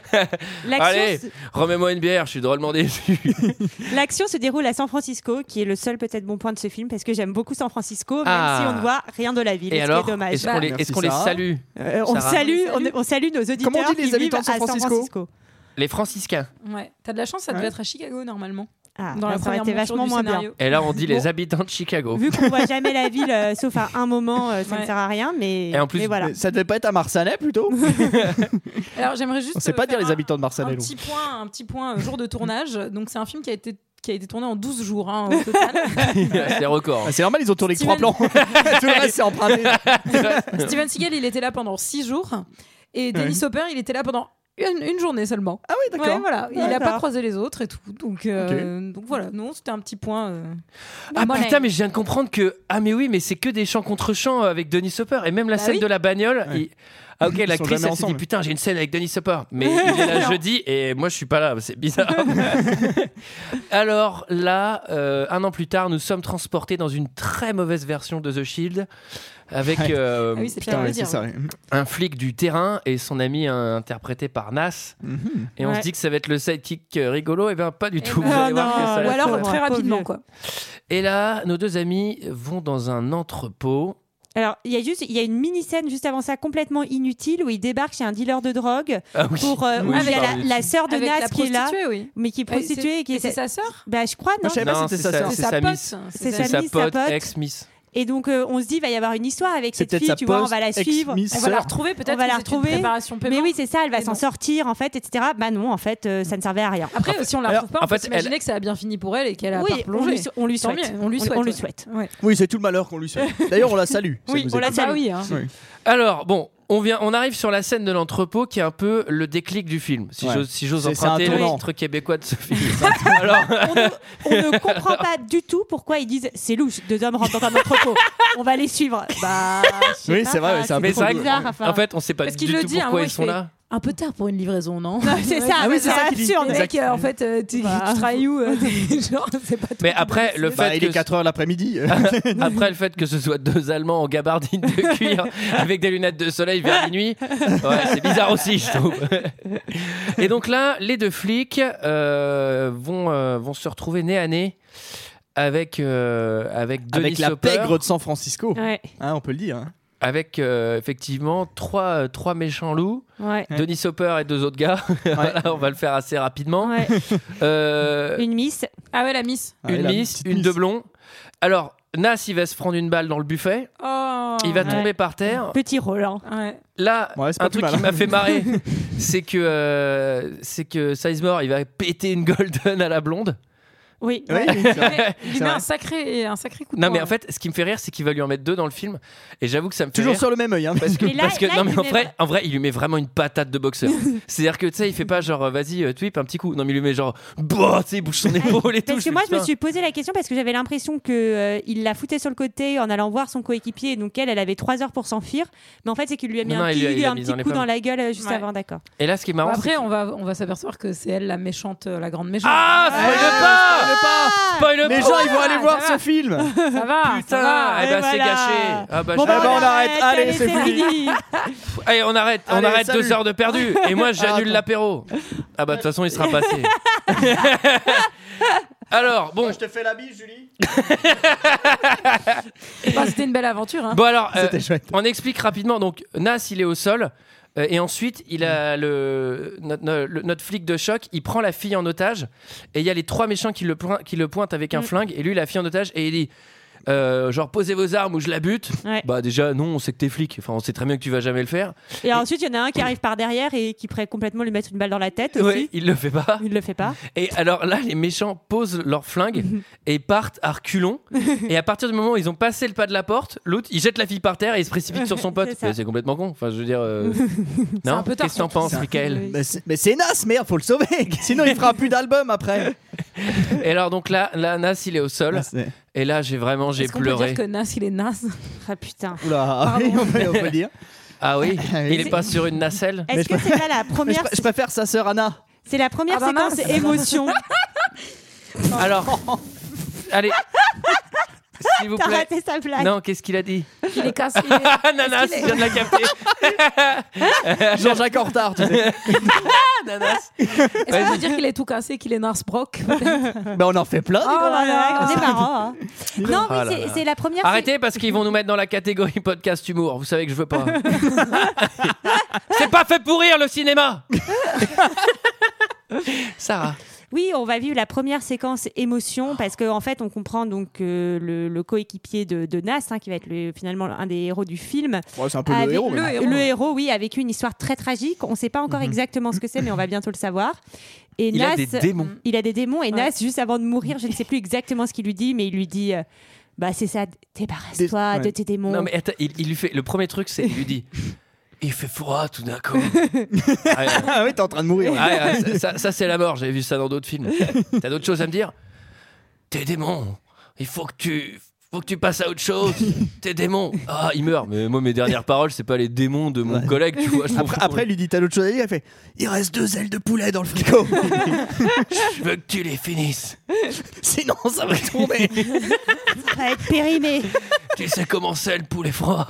L'action remets-moi une bière, je suis drôlement déçu. se- l'action se déroule à San Francisco, qui est le seul peut-être bon point de ce film, parce que j'aime beaucoup San Francisco, même Ah. si on ne voit rien de la ville. Et ce alors, qui est dommage. Bah, est-ce qu'on les, Bah, merci, est-ce qu'on les Sarah. salue Euh, on, Sarah. salue, On les salue. on, on salue nos auditeurs Comment on dit les qui habitants vivent de San à San Francisco Francisco. Les franciscains. Ouais. T'as de la chance, ça devait être à Chicago normalement. Ah, Dans là, ça aurait la première été monture vachement du moins bien. scénario. Et là, on dit les habitants de Chicago. Vu qu'on voit jamais la ville, euh, sauf à un moment, euh, ça ne Ouais. sert à rien, mais, Et en plus, mais voilà. Mais Ça devait pas être à Marsanais plutôt Alors j'aimerais juste. On sait euh, Eh. pas dire faire les un- habitants de Marsanais. un nous. petit point, un petit point euh, jour de tournage. Donc c'est un film qui a été qui a été tourné en 12 jours hein, au total. c'est record. Ah, C'est normal, ils ont tourné que trois Steven- plans. Tout le reste, c'est emprunté. Steven Seagal, il était là pendant 6 jours et Dennis Hopper, il était là pendant une, une journée seulement. Ah oui, Ouais, voilà. Il n'a pas D'accord. croisé les autres et tout. Donc, euh, donc voilà, non, c'était un petit point. euh. Ah Money. putain, mais je viens de comprendre que. Ah, mais oui, mais c'est que des chants contre chants euh, avec Denis Hopper. Et même la Bah scène oui. de la bagnole. Ouais. il- Ah, ok, Ils sont l'actrice, jamais elle s'est dit ensemble. putain, j'ai une scène avec Denis Hopper. Mais il est là jeudi et moi, je suis pas là. C'est bizarre. Alors là, euh, un an plus tard, nous sommes transportés dans une très mauvaise version de The Shield avec Ouais. euh, Ah oui, c'est Putain, bien ouais, le c'est dire. ça. ouais. un flic du terrain et son ami euh, interprété par Nas. Mhm. Et on Ouais. se dit que ça va être le sidekick euh, rigolo. Et ben, pas du tout. ben, Vous Ah allez voir que ça non, va Ou être- euh, alors être- très Pauvre rapidement vieux. quoi. Et là, nos deux amis vont dans un entrepôt. Alors, il y a juste, il y a une mini scène juste avant ça complètement inutile où il débarque chez un dealer de drogue Ah oui. pour euh, Oui, où il y a la, pardon. la sœur de Avec la Nas qui est là, prostituée, oui. mais qui est Euh, prostituée et qui mais est. c'est sa sœur Bah, je crois Ah, non. je savais pas Non, si c'était c'est sa ça, sœur. c'est C'est sa sa pote. miss. C'est C'est sa sa miss, pote, pote. ex-miss. Et donc, euh, on se dit, il va y avoir une histoire avec C'est cette peut-être fille, sa tu vois, on poste, va la suivre. On va la ex-miss-sœur. retrouver peut-être. On va la aux études de retrouver. Préparation paiement. Mais oui, c'est ça, elle va Et s'en non. sortir, en fait, etc. Bah non, en fait, euh, ça ne servait à rien. Après, si on la Alors, retrouve pas, en on peut fait, s'imaginer que ça a bien fini pour elle et qu'elle a oui, pas on replongé. lui, on lui Tant souhaite. mieux, on lui souhaite, On lui ouais. souhaite. Oui, c'est tout le malheur qu'on lui souhaite. D'ailleurs, on la salue. si Bah Oui, elle nous on la écoute. salue. Ah oui, hein. Oui. Alors, bon, on, vient, on arrive sur la scène de l'entrepôt qui est un peu le déclic du film. Si Ouais. j'ose si j'ose C'est- c'est un emprunter le tournant. titre québécois de ce film. Alors, on, ne, on ne comprend pas du tout pourquoi ils disent c'est louche, deux hommes rentrent dans un entrepôt. On va les suivre. Bah, je sais Oui, pas, c'est vrai, enfin, c'est un peu mais c'est vrai que- bizarre. enfin. en fait, on sait pas Parce du qu'il le tout dit, à un pourquoi moment, ils il sont fait- là. Un peu tard pour une livraison, non Non, c'est ça, Ah oui, mais c'est c'est ça qu'il dit. absurde. Le mec, euh, en fait, euh, tu Bah. tu travailles où euh, t'es- Genre, c'est pas toi Mais qui après, dois le Bah, fait il est que- 4h l'après-midi. euh, Après le fait que ce soit deux Allemands en gabardine de cuir avec des lunettes de soleil vers minuit, ouais, c'est bizarre aussi, je trouve. Et donc là, les deux flics euh, vont, euh, vont se retrouver nez à nez avec, euh, avec Denis Avec la Hopper, pègre de San Francisco. Ouais, Hein, on peut le dire. hein. avec euh, effectivement trois, euh, trois méchants loups, ouais, Ouais. Denis Hopper et deux autres gars. Voilà, on va le faire assez rapidement. ouais. Euh, Une miss. faire. Ah ouais, la miss. Ah, une la miss, petite une de blond. Alors, Nas, il va se prendre une balle dans le buffet. Oh. Il va Ouais. tomber par terre. Petit rôle. hein. Ouais. Là, Ouais, c'est pas un truc plus mal, qui hein. m'a fait marrer, c'est que euh, c'est que Sizemore, il va péter une golden à la blonde. Oui. Oui, ouais. c'est vrai. Mais C'est Il lui met vrai. un sacré, un sacré coup de Non, poing. mais en fait, ce qui me fait rire, c'est qu'il va lui en mettre deux dans le film. Et j'avoue que ça me fait Toujours rire. sur le même œil. hein. Parce que, Mais là- parce que- là, non, il mais lui en met vrai, en vrai, il lui met vraiment une patate de boxeur. C'est-à-dire que tu sais, il fait pas genre vas-y, euh, twip un petit coup. Non, mais il lui met genre, boah, tu sais, il bouge son épaule et tout. Parce fais, que moi, je me putain. suis posé la question parce que j'avais l'impression que euh, il la foutait sur le côté en allant voir son coéquipier. Donc elle, elle avait trois heures pour s'enfuir. Mais en fait, c'est qu'il lui a mis Non, non, un, il lui a- petit- il a un mis petit dans les coup dans pommes. la gueule euh, juste Ouais. avant, d'accord. Et là, ce qui est Bon, marrant, après, c'est- on va, on va s'apercevoir que c'est elle la méchante, euh, la grande méchante. ah, spoil pas, spoil pas, Les gens, ils vont aller voir ça ce va. film. ça va, ça oh, Putain, va. eh ben Ah, Et c'est voilà. gâché. Ah bah, Bon, je- bah, on arrête. Allez, c'est fini. Allez, on arrête, on Allez, arrête salut. deux heures de perdu. Et moi, j'annule attends. l'apéro. Ah bah, de toute façon, il sera passé. alors, bon, te fais la bise, Julie. Bah, C'était une belle aventure. Hein. bon alors, euh, C'était chouette. on explique rapidement. Donc, Nas, il est au sol. euh, et ensuite, il a Mm. le, notre, notre- le- notre flic de choc, il prend la fille en otage. Et il y a les trois méchants qui le, poin- qui le pointent avec un Mm. flingue. Et lui, la fille en otage, et il dit. euh, genre posez vos armes ou je la bute Ouais. bah déjà non on sait que t'es flic enfin on sait très bien que tu vas jamais le faire Et ensuite, il y en a un qui arrive par derrière et qui pourrait complètement lui mettre une balle dans la tête aussi. Ouais, il le fait pas Il le fait pas. Et alors là, les méchants posent leurs flingues et partent à reculons. et à partir du moment où ils ont passé le pas de la porte, l'autre, il jette la fille par terre et il se précipite sur son pote. C'est ça. Mais C'est complètement con. Enfin, je veux dire. euh, non, un peu tard, qu'est-ce que t'en surtout. penses, Michael Mais c'est- Mais c'est Nas, merde, faut le sauver. Sinon, il fera plus d'album après. Et alors, donc là, là, Nas, il est au sol. Ah, c'est- Et là, j'ai vraiment, j'ai Est-ce qu'on peut pleuré. dire que Nas, il est naze Ah putain. Oula, oui, on peut on peut le dire. Ah oui Ah oui. Il est pas sur une nacelle Est-ce que c'est pas la Mais je, première pr- je préfère sa sœur Anna. C'est la première Ah bah mince. séquence émotion. Alors. Allez. S'il vous T'as plaît. raté sa blague. Non, qu'est-ce qu'il a dit Il est cassé. Ah, Nanas, qu'il est- il vient de la capter. Jean-Jacques Hortard, tu sais. Nanas. Est-ce qu'on peut dire qu'il est tout cassé, qu'il est Nas Brock Bah, on en fait plein. Oh là là, Ah. on est marrant. hein. Non, Ah là mais là. c'est- c'est la première. Arrêtez parce qu'ils vont nous mettre dans la catégorie podcast humour. Vous savez que je veux pas. C'est pas fait pour rire le cinéma. Sarah. Oui, on va vivre la première séquence émotion parce qu'en en fait, on comprend donc euh, le, le coéquipier de, de Nas, hein, qui va être le- finalement un des héros du film. Ouais, c'est un peu le Avec- héros. le mais- héros. oui, avec une histoire très tragique. On ne sait pas encore exactement ce que c'est, mais on va bientôt le savoir. Et Il Nas, a des démons. il a des démons et Nas, juste avant de mourir, je ne sais plus exactement ce qu'il lui dit, mais il lui dit. euh, bah c'est ça, débarrasse-toi Des- ouais. de tes démons. Non mais attends, il, il lui fait le premier truc, c'est il lui dit il fait froid tout d'un coup. Ah, ouais. Ah oui, t'es en train de mourir. Ah, ouais, ouais, ça, ça- ça, c'est la mort, j'avais vu ça dans d'autres films. T'as d'autres choses à me dire Tes démons, il faut que tu. Faut que tu passes à autre chose. Tes démons. Ah, il meurt. Mais moi, mes dernières paroles, c'est pas les démons de mon Ouais. collègue, tu vois. Je m'en Après, fous. après, il lui dit t'as d'autres choses à dire, elle fait il reste deux ailes de poulet dans le frigo, je veux que tu les finisses. sinon ça va tomber. Ça va être périmé. Tu sais comment c'est le poulet froid.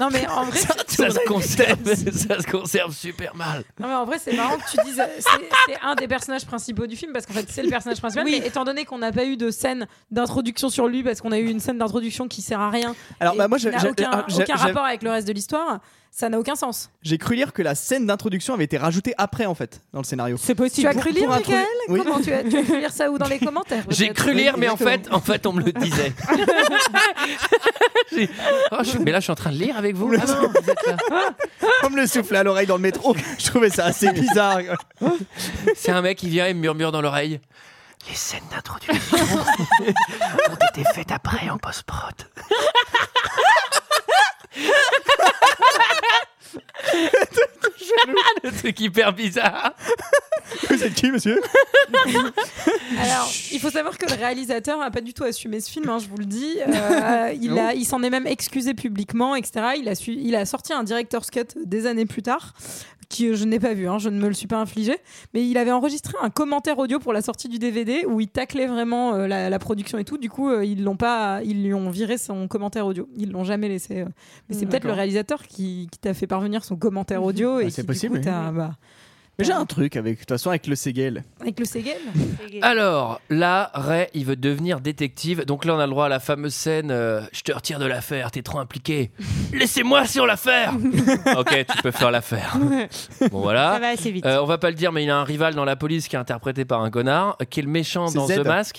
Non mais en vrai, ça, se conserve, ça se conserve super mal. non, mais en vrai, c'est marrant que tu dises. euh, C'est c'est un des personnages principaux du film parce qu'en fait, c'est le personnage principal. Mais étant donné qu'on n'a pas eu de scène d'introduction sur lui parce qu'on a eu une scène d'introduction qui sert à rien. Alors et bah, moi qui j'ai- n'a j'ai- aucun, ah, j'ai- aucun j'ai- rapport avec le reste de l'histoire. Ça n'a aucun sens. j'ai cru lire que la scène d'introduction avait été rajoutée après en fait dans le scénario. C'est Tu possible. as cru lire, pour Michael introdu- Oui. Comment tu as, tu as cru lire ça ou dans les commentaires J'ai peut-être cru lire, mais en fait, exactement. en fait, on me le disait. J'ai- Oh, je- Mais là, je suis en train de lire avec vous. Ah non, vous êtes là. Comme le souffle à l'oreille dans le métro, je trouvais ça assez bizarre. C'est un mec qui vient et me murmure dans l'oreille. Les scènes d'introduction ont été faites après en post-prod. Le truc hyper bizarre. Vous êtes qui monsieur Alors, il faut savoir que le réalisateur n'a pas du tout assumé ce film, hein, je vous le dis. Euh, il Ah a- il s'en est même excusé publiquement, etc. Il a, su- il a sorti un director's cut des années plus tard, qui je n'ai pas vu, hein, je ne me le suis pas infligé. Mais il avait enregistré un commentaire audio pour la sortie du DVD où il taclait vraiment euh, la, la production et tout. Du coup, euh, ils l'ont pas, ils lui ont viré son commentaire audio. Ils l'ont jamais laissé. euh. Mais Hmm. c'est peut-être le réalisateur qui, qui t'a fait parvenir son commentaire audio et Mhm. c'est qui, du possible, coup, oui. t'a- bah, Mais j'ai un truc avec de toute façon avec le Segel. avec le Segel. Ah. Alors, là, Ray, il veut devenir détective. Donc là, on a le droit à la fameuse scène euh, Je te retire de l'affaire, t'es trop impliqué. Laissez-moi sur l'affaire Ok, tu peux faire l'affaire. Bon, Ça voilà. va assez vite. Euh, on va pas le dire, mais il a un rival dans la police qui est interprété par un connard, euh, qui est le méchant C'est dans Zed. The Mask.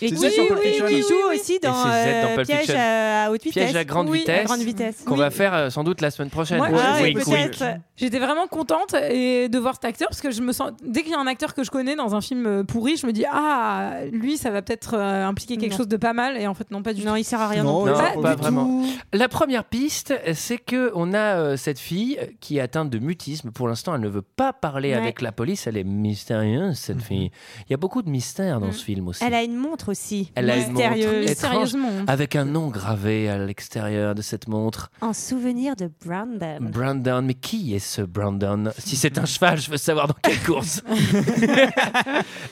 et c'est qui, ça, sur Pulp et Fiction. qui joue aussi dans, c'est Z dans euh, Pulp Piège Fiction. à, à haute vitesse. Piège à grande Oui, vitesse. grande vitesse. Qu'on va faire euh, sans doute la semaine prochaine. Moi, Ah, ouais, Oui, oui, peut-être. J'étais vraiment contente et de voir cet acteur parce que je me sens dès qu'il y a un acteur que je connais dans un film euh, pourri, je me dis ah lui ça va peut-être euh, impliquer quelque Non. chose de pas mal et en fait non pas du Non, tout. il sert à Ah, rien. non, pas pas du tout. vraiment. La première piste, c'est que on a euh, cette fille qui est atteinte de mutisme. Pour l'instant, elle ne veut pas parler Ouais. Mhm. avec la police. Elle est mystérieuse, cette fille. Il y a beaucoup de mystères dans Mm. ce film aussi. Elle a une montre aussi. Elle a une mystérieuse. montre. Mystérieusement. Avec un nom gravé à l'extérieur de cette montre, En souvenir de Brandon. Brandon. Mais qui est ce Brandon Si c'est un cheval, je veux savoir dans quelle course.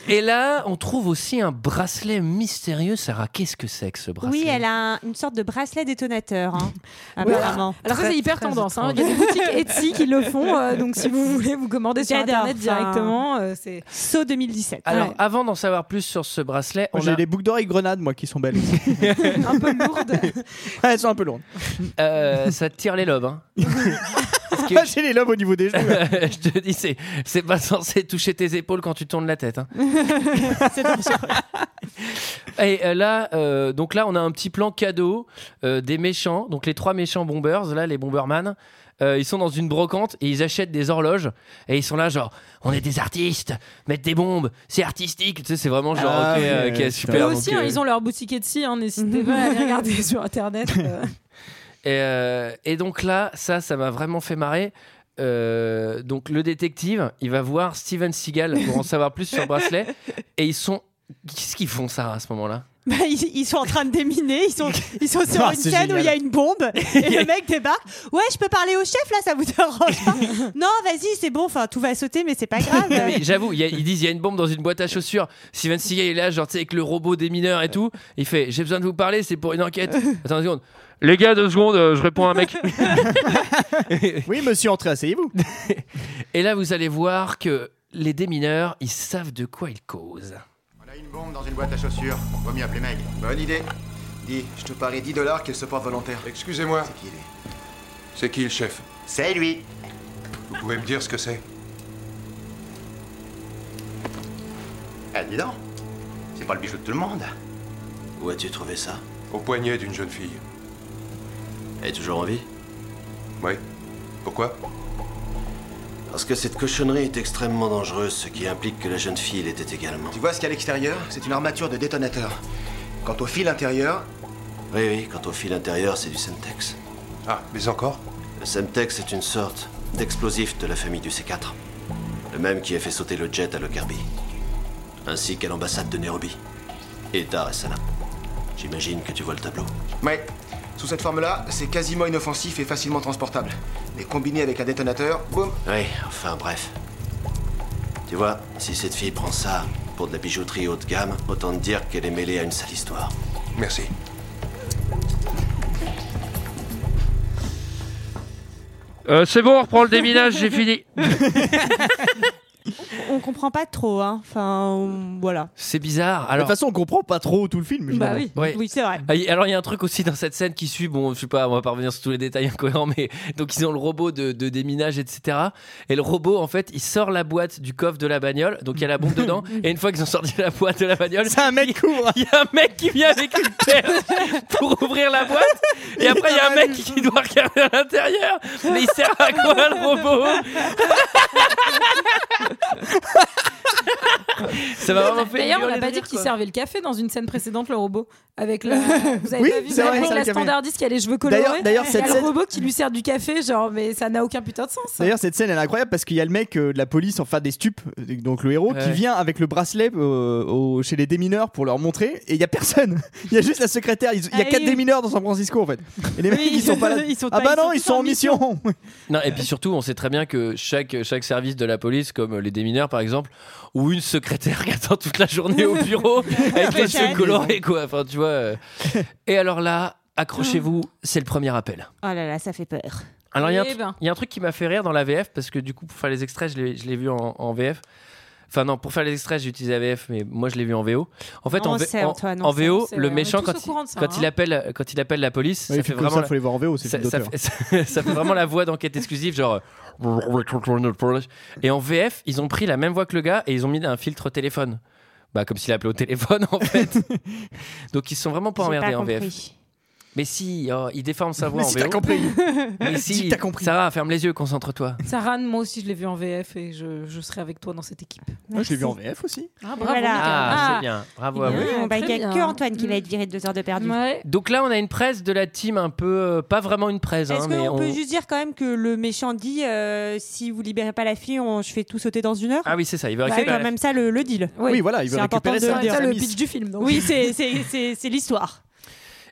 Et là, on trouve aussi un bracelet mystérieux. Sarah, qu'est-ce que c'est que ce bracelet Oui, elle a un- une sorte de bracelet détonateur, hein, Oui. apparemment. Alors ça Très, c'est hyper très tendance. hein. étrange. Il y a des boutiques Etsy qui le font euh, donc si vous voulez vous commandez sur J'adore, internet enfin. directement. euh, c'est Saut 2017. Alors, Ouais. avant d'en savoir plus sur ce bracelet, on J'ai a- des boucles d'oreilles grenades moi qui sont belles. Ouais, un peu lourde. Elles sont un peu lourdes. euh, ça tire les lobes. hein. Ah, J'ai les lobes au niveau des genoux. je te dis, c'est, c'est pas censé toucher tes épaules quand tu tournes la tête. hein. Et euh, là, euh, donc là, on a un petit plan cadeau euh, des méchants, donc les trois méchants bombers, là, les bomberman. euh, ils sont dans une brocante et ils achètent des horloges et ils sont là genre on est des artistes mettre des bombes c'est artistique tu sais c'est vraiment genre Ah, ok, euh, ouais, ok, putain. super Eux donc, aussi hein, euh, ils ont leur boutique Etsy hein, Mhm. n'hésitez pas à aller regarder sur internet. euh. Et, euh, et donc là, ça, ça m'a vraiment fait marrer. Euh, donc le détective, il va voir Steven Seagal pour en savoir plus sur le bracelet. Et ils sont... Qu'est-ce qu'ils font ça à ce moment-là Bah, ils, ils sont en train de déminer, ils sont, ils sont sur Ah, une c'est scène où génial. il y a une bombe et le mec débarque. Ouais, je peux parler au chef là, ça vous dérange pas Non, vas-y, c'est bon, enfin tout va sauter, mais c'est pas grave. Non, mais J'avoue, il y a- ils disent il y a une bombe dans une boîte à chaussures. Steven Seagal est là, genre tu sais, avec le robot des mineurs et tout. Il fait j'ai besoin de vous parler, c'est pour une enquête. Attends une seconde. Les gars, deux secondes, euh, je réponds à un mec. Oui monsieur entrez asseyez-vous. et là, vous allez voir que les démineurs, ils savent de quoi ils causent. On a une bombe dans une boîte à chaussures. Vaut mieux appeler Meg. Bonne idée. Dis, je te parie 10 dollars qu'il se porte volontaire. Excusez-moi, Qui il est c'est qui le chef C'est lui. Vous pouvez me dire ce que c'est Eh, dis donc. C'est pas le bijou de tout le monde. Où as-tu trouvé ça Au poignet d'une jeune fille. Elle est toujours en vie Oui. Pourquoi Parce que cette cochonnerie est extrêmement dangereuse, ce qui implique que la jeune fille l'était également. Tu vois ce qu'il y a à l'extérieur C'est une armature de détonateur. Quant au fil intérieur, Oui, oui, quant au fil intérieur, c'est du Semtex. Ah, mais encore Le Semtex est une sorte d'explosif de la famille du C4. Le même qui a fait sauter le jet à Lockerbie. Ainsi qu'à l'ambassade de Nairobi. Et Dar es Salaam. J'imagine que tu vois le tableau. Ouais. Sous cette forme-là, c'est quasiment inoffensif et facilement transportable. Mais combiné avec un détonateur, boum Oui, enfin bref. Tu vois, si cette fille prend ça pour de la bijouterie haut de gamme, autant te dire qu'elle est mêlée à une sale histoire. Merci. Euh, c'est bon, on reprend le déminage, j'ai fini. On comprend pas trop, hein. Enfin, on- voilà. C'est bizarre. De Alors, toute façon, on comprend pas trop tout le film. Bah finalement. oui, Ouais. oui, c'est vrai. Ah, y- Alors il y a un truc aussi dans cette scène qui suit, bon je sais pas, on va pas revenir sur tous les détails incohérents, mais donc ils ont le robot de, de déminage, etc. Et le robot en fait il sort la boîte du coffre de la bagnole, donc il y a la bombe dedans, et une fois qu'ils ont sorti la boîte de la bagnole, C'est un mec court. il y a un mec qui vient avec une perche pour ouvrir la boîte, et après il y a un mec qui doit regarder à l'intérieur, mais il sert à quoi le robot Ça m'a vraiment fait D'ailleurs, on hurler n'a de pas dit rire, qu'il quoi. servait le café dans une scène précédente, le robot. Avec la. Vous avez Oui, pas vu c'est vrai, avec c'est la vrai, standardiste qui a les cheveux colorés. D'ailleurs, d'ailleurs, Il y cette a le scène, robot qui lui sert du café, genre, mais ça n'a aucun putain de sens. D'ailleurs, cette scène elle est incroyable parce qu'il y a le mec euh, de la police, enfin des stupes, euh, donc le héros, qui Ouais. vient avec le bracelet euh, au- chez les démineurs pour leur montrer et il y a personne. Il y a juste la secrétaire. Ils- Il y a Ah quatre oui. démineurs dans San Francisco en fait. Et les mecs Oui, ils sont pas là. ils sont Ah pas- bah ils sont non, ils tous sont en en mission. Non, et puis surtout, on sait très bien que chaque, chaque service de la police, comme les démineurs par exemple, ou une secrétaire qui attend toute la journée au bureau avec les cheveux Peut-être. colorés, quoi. Enfin, tu vois. euh. Et alors là, accrochez-vous, c'est le premier appel. Oh là là, ça fait peur. Alors, il y a un Eh truc- ben. il y, a un truc qui m'a fait rire dans la VF, parce que du coup, pour faire les extraits, je l'ai- je l'ai vu en, en VF. Enfin, non, pour faire les extraits, j'ai utilisé la VF, mais moi, je l'ai vu en VO. En fait, Non, en, on V- sait, en- Antoine, on en sait, VO, on sait, le on est méchant, tous quand, au il- courant de ça, quand, il hein. appelle, quand il appelle la police, ça fait vraiment ça, la- faut les voir en VO, c'est ça, film ça d'auteur. fait, ça- ça fait vraiment la voix d'enquête exclusive, genre. euh, Et en VF, ils ont pris la même voix que le gars et ils ont mis un filtre téléphone. Bah, comme s'il appelait au téléphone, en fait. Donc, ils se sont vraiment pas J'ai emmerdés pas en VF. compris. Mais si, oh, ils déforment sa voix Mais en si VO. t'as compris. Mais Si t'as compris. Sarah, ferme les yeux, concentre-toi. Sarah, moi aussi, je l'ai vu en VF et je, je serai avec toi dans cette équipe. Moi je l'ai vu en Merci. VF aussi. Ah, bravo, Voilà. Mika. Ah, Ah. c'est bien. Bravo à Il est vous. bien. Non, bah, il très n'y a bien. Mm. que Antoine qui va être viré de deux heures de perdu. Ouais. Donc là, on a une presse de la team un peu. euh, pas vraiment une presse, hein, Est-ce mais qu'on on- peut juste dire quand même que le méchant dit euh, si vous libérez pas la fille, on- je fais tout sauter dans une heure Ah oui, c'est ça, il veut Bah, C'est récupérer. quand même ça le, le deal. Oui, voilà, il veut C'est important récupérer de sa le dire. Ça, sa le miss. pitch du film. Donc. Oui, c'est- c'est c'est- c'est l'histoire.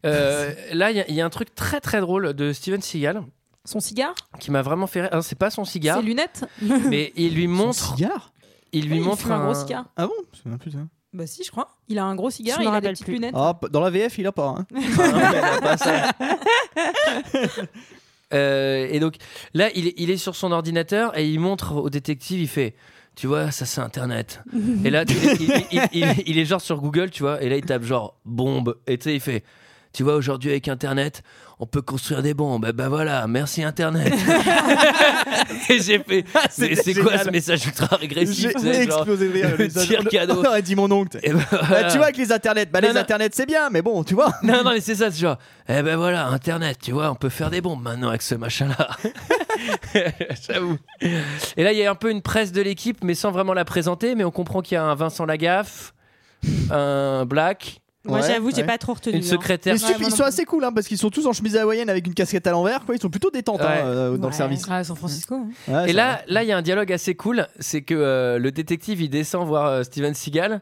Euh, là, il y a- il y, a un truc très très drôle de Steven Seagal Son cigare, qui m'a vraiment fait. rire. Ah, c'est pas son cigare, ses lunettes. mais il lui Son montre cigare Il lui Ouais, montre fume un gros cigare. Ah bon C'est un putain. Bah si, je crois. Il a un gros cigare Je et il me a des rappelle petites plus. lunettes. Ah, p- dans la VF, il a pas. hein. Ah, Euh, et donc là, il est, il est sur son ordinateur et il montre au détective, il fait. Tu vois, ça c'est Internet. Et là, tu- il, il- il- il- il est genre sur Google, tu vois, et là il tape genre bombe. Et tu sais, il fait, tu vois, aujourd'hui avec Internet, on peut construire des bombes. Ben, ben voilà, merci Internet. et j'ai fait, mais c'est quoi Ah, génial. ce message ultra régressif J'ai tu sais, genre, explosé de rire. le les agents- tir cadeau. On aurait dit mon oncle. et ben, Bah, voilà. tu vois, avec les internets, bah, Non, les non. internets c'est bien, mais bon, tu vois. Non, non, mais c'est ça, c'est genre, eh ben voilà, Internet, tu vois, on peut faire des bombes maintenant avec ce machin-là. J'avoue. Et là, il y a un peu une presse de l'équipe, mais sans vraiment la présenter, mais on comprend qu'il y a un Vincent Lagaffe, un Black, Moi, Ouais, j'avoue, j'ai ouais. pas trop retenu. une hein. secrétaire. Les stupes, ils sont assez cool hein, parce qu'ils sont tous en chemise hawaïenne avec une casquette à l'envers, quoi. Ils sont plutôt détentes hein, Ouais. euh, dans Ouais. le service. Ah, San Francisco. hein. Ouais, Et c'est là, là, il y a un dialogue assez cool, c'est que euh, le détective, il descend voir euh, Steven Seagal.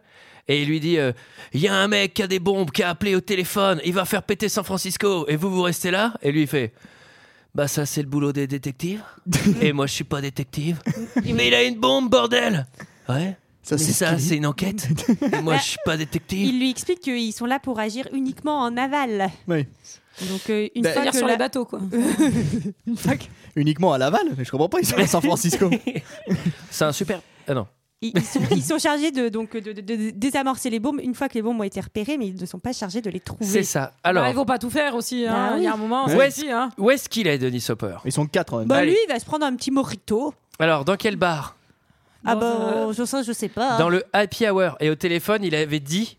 Et il lui dit, euh, il y a un mec qui a des bombes, qui a appelé au téléphone, il va faire péter San Francisco, et vous, vous restez là Et lui, il fait, bah ça, c'est le boulot des détectives, et moi, je suis pas détective. Mais il a une bombe, bordel Ouais. Ça, mais c'est ça, c'est une enquête. Et moi, je suis pas détective. Il lui explique qu'ils sont là pour agir uniquement en aval. Oui. Donc, euh, une Bah, fois C'est-à-dire que sur la- les bateaux, quoi. Uniquement à Laval, mais je comprends pas, ils sont à San Francisco. C'est un super. Ah non. ils, ils sont, ils sont chargés de, donc, de, de- de désamorcer les bombes une fois que les bombes ont été repérées, mais ils ne sont pas chargés de les C'est trouver. ça. Alors, Alors, Bah, ils vont pas tout faire aussi. hein. Bah Il y a un moment, Ouais. c'est petit, hein. où est-ce qu'il est, Denis Hopper Ils sont quatre euh, en même temps. Bah, Allez. lui, il va se prendre un petit morito. Alors, dans quel bar ah, Dans bah, un- euh, je sais, je sais Hein pas. Dans le happy hour. Et au téléphone, il avait dit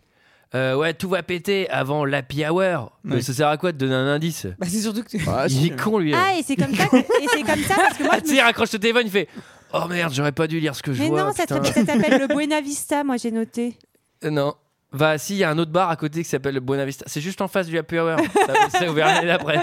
euh, Ouais, tout va péter avant l'happy hour. Mais Oui. ça sert à quoi de donner un indice Bah, c'est surtout que tu- Ah, Il si. est con, lui. Ah, et c'est comme ça, que- et c'est comme ça parce que moi, Ah, je tu me sais, il raccroche le téléphone, il fait Oh merde, j'aurais pas dû lire ce que je Mais vois. non, ça putain. s'appelle ça s'appelle le Buena Vista, moi j'ai noté. Euh, Non. Va, si, il y a un autre bar à côté qui s'appelle le Bonavista. C'est juste en face du Happy Hour. Ça- C'est ouvert l'année d'après.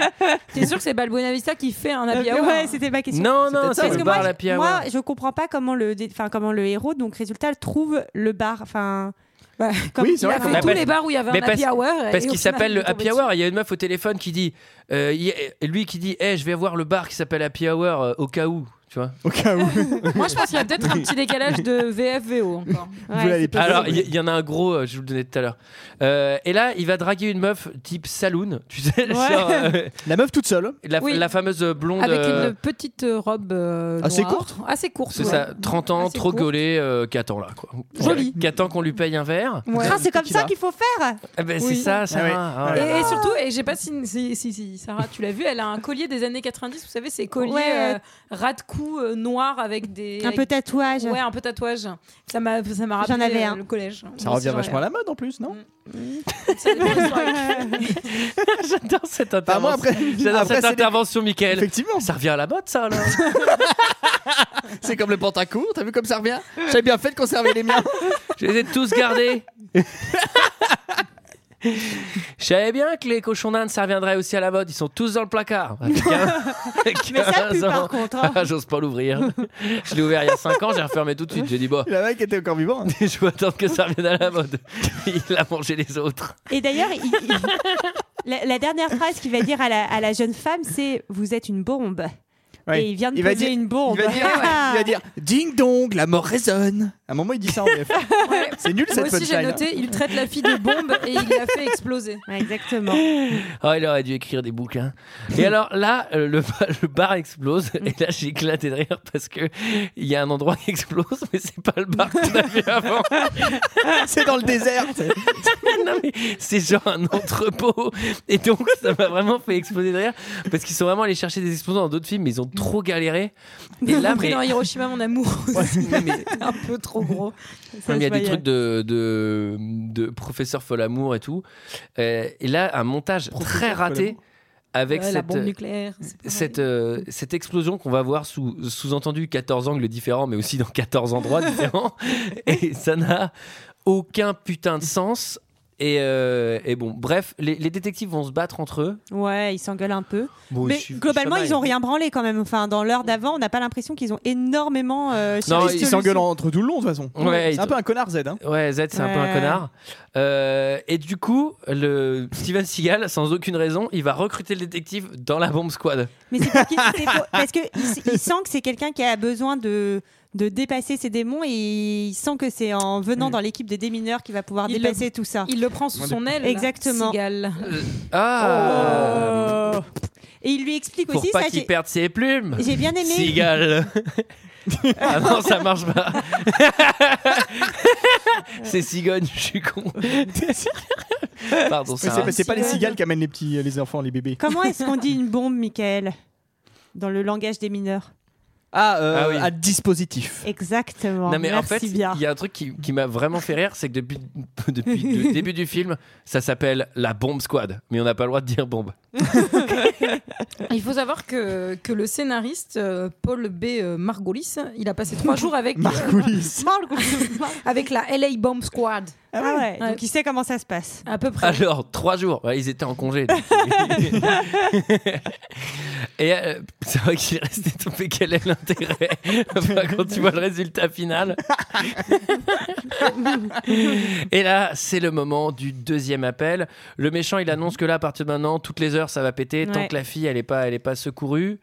T'es sûr que c'est pas le Bonavista qui fait un happy hour Euh, Ouais, c'était ma question. Non, non, Parce c'est que le moi, bar l'Happy je- euh, Hour. moi, je comprends pas comment le, dé- enfin comment le héros, donc résultat, trouve le bar. Enfin, bah, comme Oui, il c'est a vrai fait qu'on Tous Mais parce- les bars où il y avait mais un happy parce- hour. Parce et au qu'il final, s'appelle il est le tombé Happy dessus. Hour. Il y a une meuf au téléphone qui dit euh, il- et lui qui dit Eh, je vais voir le bar qui s'appelle Happy Hour euh, au cas où. Tu vois Au cas où. Moi, je pense qu'il y a peut-être un petit décalage de VFVO encore. Ouais, Vous l'avez c'est pas Alors, oui. il y, il y en a un gros, euh, je vous le donnais tout à l'heure. Euh, et là, il va draguer une meuf type saloon, tu sais, genre, euh, La meuf toute seule. la, Oui. la fameuse blonde. Avec euh, une petite robe euh, Assez noire. courte. Assez courte. C'est ouais. ça, 30 ans, Assez trop courte. gaulé, euh, 4 ans là. Quoi. Joli. 4 ans qu'on lui paye un verre. Ah, Ouais. c'est comme Qui ça va. qu'il faut faire. Eh ben, Oui. C'est ça, ça Ah oui. va. Et, et surtout, et j'ai pas si, si, si- si, Sarah, tu l'as vu, elle a un collier des années 90, vous savez, ces colliers Ouais. euh, ras de cou euh, noirs avec des. Un peu avec- tatouage. Ouais, un peu tatouage. Ça m'a ça m'a rappelé J'en avais euh, un. le collège. euh, Ça revient vachement à la mode en plus, non J'adore cette Enfin, Bah, intervention. moi après. J'adore après, cette c'est des- intervention, Michael. Effectivement, Ça revient à la mode, ça alors c'est comme le pantacourt, t'as vu comme ça revient J'avais bien fait de conserver les miens. Je les ai tous gardés. Je savais bien que les cochons d'Inde, ça reviendrait aussi à la mode. Ils sont tous dans le placard. Avec un- avec Mais ça 15 pue par ans. contre. hein. Ah, J'ose pas l'ouvrir. Je l'ai ouvert il y a 5 ans, j'ai refermé tout de suite. J'ai dit, bah, La mec était encore vivant. je vais attendre que ça revienne à la mode. Il a mangé les autres. Et d'ailleurs, il- il- la, la dernière phrase qu'il va dire à la, à la jeune femme, c'est Vous êtes une bombe. Ouais. Et il vient de Il va poser dire- une bombe. Il va dire, il va dire Ding dong, la mort résonne. À un moment, il dit ça en bref. C'est nul Moi cette aussi, j'ai punchline. noté, il traite la fille de bombe et il la fait exploser. Ouais, exactement. Oh, il aurait dû écrire des bouquins. Et alors là, euh, le, ba- le bar explose. Et là, j'ai éclaté de rire parce que il y a un endroit qui explose, mais c'est pas le bar qu'on a vu avant. C'est dans le désert. Non, mais c'est genre un entrepôt. Et donc, ça m'a vraiment fait exploser de rire parce qu'ils sont vraiment allés chercher des exposants dans d'autres films, mais ils ont trop galéré. Et là, Après, mais. dans Hiroshima, mon amour, aussi, mais- mais- c'était un peu trop gros. Non, mais il y a des trucs de, de, de professeur Folamour et tout. Euh, et là, un montage très raté avec Ouais, La cette, euh, euh, bombe nucléaire. c'est pas cette, pareil. euh, cette explosion qu'on va voir sous, sous-entendu 14 angles différents, mais aussi dans 14 endroits différents. Et ça n'a aucun putain de sens. Et, euh, et bon, bref, les, les détectives vont se battre entre eux. Ouais, ils s'engueulent un peu. Oh, Bon, Mais je suis- globalement, je suis ils ont rien branlé quand même. Enfin, dans l'heure d'avant, on n'a pas l'impression qu'ils ont énormément. euh, cherché Non, de Ils ils- solution. s'engueulent entre tout le long de toute façon. Ouais, c'est ils- un peu un connard Z. Hein. Ouais, Z, c'est un peu un Ouais. connard. Euh, et du coup, le Steven Seagal, sans aucune raison, il va recruter le détective dans la bombe squad. Mais c'est parce qu'il- c'est pour- parce que il s- il sent que c'est quelqu'un qui a besoin de de dépasser ses démons et il sent que c'est en Mm. venant dans l'équipe des démineurs qu'il va pouvoir Il dépasser tout euh, ça. Il le prend sous son aile. Exactement. Seagal. Ah Et il lui explique Pour Oh. aussi pas ça. qu'il j'ai- perde ses plumes J'ai bien aimé. Seagal Ah non, ça marche pas C'est cigogne, je suis con Pardon, Mais ça. c'est pas- c'est pas les Cigale. cigales qui amènent les petits, euh, les enfants, les bébés. Comment est-ce qu'on dit une bombe, Michael Dans le langage des mineurs. Ah, euh, Ah oui. à dispositif. Exactement. Non mais Merci en fait, bien. il y a un truc qui, qui m'a vraiment fait rire, c'est que depuis, depuis le début du film, ça s'appelle la bombe squad, mais on n'a pas le droit de dire bombe. Il faut savoir que, que le scénariste, euh, Paul B. euh, Margolis, il a passé trois jours avec, euh, Marcoulis. avec la LA Bomb Squad, Ah ouais. Ouais. Donc il sait comment ça se passe. à peu Ah, près. Alors, trois jours. Ouais, ils étaient en congé. donc. Et euh, c'est vrai qu'il est resté tombé. Quel est l'intérêt Enfin, Quand tu vois le résultat final. Et là, c'est le moment du deuxième appel. Le méchant, il annonce que là, à partir de maintenant, toutes les heures, ça va péter. Tant Ouais. que la fille, elle n'est pas, elle est pas secourue.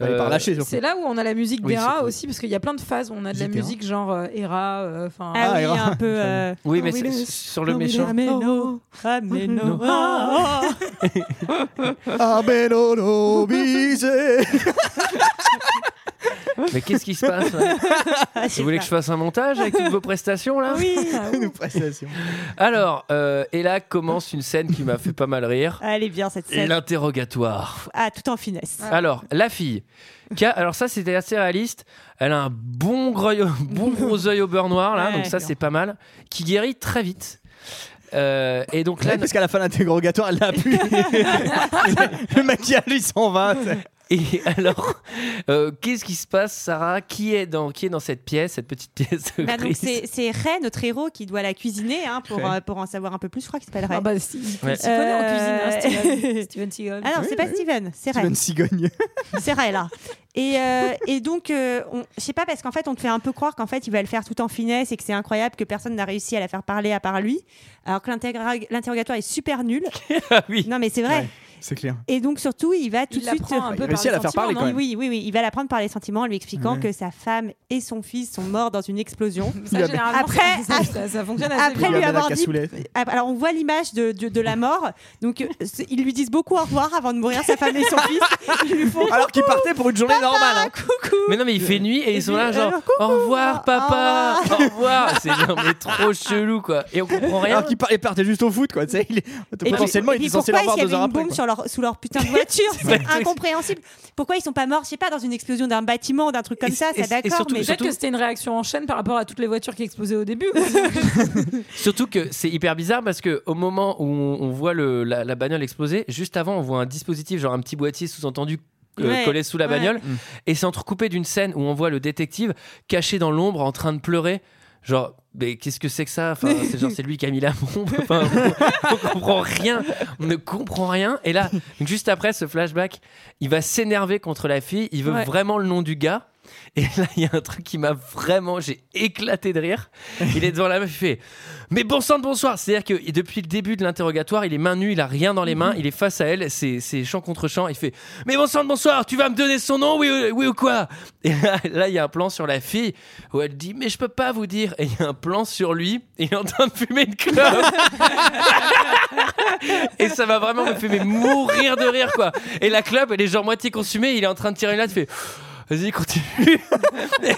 Elle est Euh, par lâcher surtout. C'est là où on a la musique Oui, d'Era c'est- aussi, parce qu'il y a plein de phases. où On a de la Zétéra. musique genre euh, Hera, enfin. Ah, Ah, oui, erreur. un peu. euh, Ah Oui, mais Oh, c'est- oui, sur le oh, oui, méchant. Ameno, Ameno, ah, Oh. ah. Ah, ben non, non, bisé. Mais qu'est-ce qui se passe là Ah, je sais Vous voulez pas. que je fasse un montage avec toutes vos prestations là Ah Oui. Nos prestations. Alors, euh, et là commence une scène qui m'a fait pas mal rire. Elle est bien cette Et scène. l'interrogatoire. Ah, tout en finesse. Alors, la fille. qui a- alors ça, c'était assez réaliste. Elle a un bon gros, bon gros œil au beurre noir, là. Ouais. donc ça, c'est pas mal. Qui guérit très vite. Euh, et donc là... Ouais, parce qu'à la fin de l'interrogatoire, elle l'a pu. le maquillage, il s'en va. c'est- Et alors, euh, qu'est-ce qui se passe, Sarah qui est, dans, qui est dans cette pièce, cette petite pièce Ah, de Bah, donc, Chris c'est c'est Ray, notre héros, qui doit la cuisiner hein, pour, Ray. euh, pour en savoir un peu plus. Je crois qu'il s'appelle Ray. Ah bah, si, il Ouais. s'y connaît en cuisine, hein, Euh, Steven. Steven Seagal. Ah non, Oui, c'est pas oui. Steven, c'est Ray. Steven Cigogne. C'est Ray là. Et, euh, et donc, euh, on- je sais pas, parce qu'en fait, on te fait un peu croire qu'en fait, il va le faire tout en finesse et que c'est incroyable que personne n'a réussi à la faire parler à part lui. Alors que l'intergra- l'interrogatoire est super nul. Ah oui. Non, mais c'est vrai. Ouais. C'est clair. Et donc, surtout, il va tout Il de suite. l'apprend un Il peu hein. par réussit à la les faire parler, sentiments, quand non Oui, oui, oui, oui, il va la prendre par les sentiments en lui expliquant Ouais. que sa femme et son fils sont morts dans une explosion. Ça, Il a- généralement, Après- ça, ça- ça fonctionne assez après, bien. lui Il y a avoir Bernard dit- Cassoulet. Ah, bah, Alors, on voit l'image de, de, de la mort. Donc, euh, c'est- ils lui disent beaucoup au revoir avant de mourir, sa femme et son fils. Ils lui font Alors qu'il partait pour une journée normale. hein. Mais non, mais il fait nuit et ils sont là, puis, genre, alors, coucou, au revoir, papa, au revoir. C'est genre, mais trop chelou, quoi. Et on comprend rien. Alors qu'il par- il partait juste au foot, quoi. Tu sais, il est- Et puis- potentiellement, et il puis était censé pourquoi le est-ce voir qu'il y deux heures avait une après. bombe quoi. sur leur, sous leur putain de voiture Ouais. C'est incompréhensible. Pourquoi ils sont pas morts, je sais pas, dans une explosion d'un bâtiment, d'un truc comme Et- ça, et- ça et d'accord, surtout- mais surtout- Peut-être que c'était une réaction en chaîne par rapport à toutes les voitures qui explosaient au début. Surtout que c'est hyper bizarre parce que au moment où on, on voit le, la, la bagnole exploser, juste avant, on voit un dispositif, genre un petit boîtier sous-entendu. euh, Ouais, collé sous la ouais. bagnole et c'est entrecoupé d'une scène où on voit le détective caché dans l'ombre en train de pleurer genre mais qu'est-ce que c'est que ça enfin c'est genre c'est lui qui a mis la bombe Enfin, on, on comprend rien on ne comprend rien et là donc juste après ce flashback il va s'énerver contre la fille il veut Ouais. vraiment le nom du gars et là il y a un truc qui m'a vraiment j'ai éclaté de rire il est devant la meuf il fait mais bon sang de bonsoir, c'est-à-dire que depuis le début de l'interrogatoire, il est main nue, il a rien dans les mains, il est face à elle, c'est c'est champ contre champ, il fait Mais bon sang de bonsoir, tu vas me donner son nom, oui, ou- oui ou quoi Et là, là, il y a un plan sur la fille où elle dit Mais je peux pas vous dire. Et il y a un plan sur lui, et il est en train de fumer une clope. et ça va vraiment me fait mais mourir de rire, quoi. Et la clope, elle est genre moitié consumée, il est en train de tirer une latte, il fait Vas-y, continue.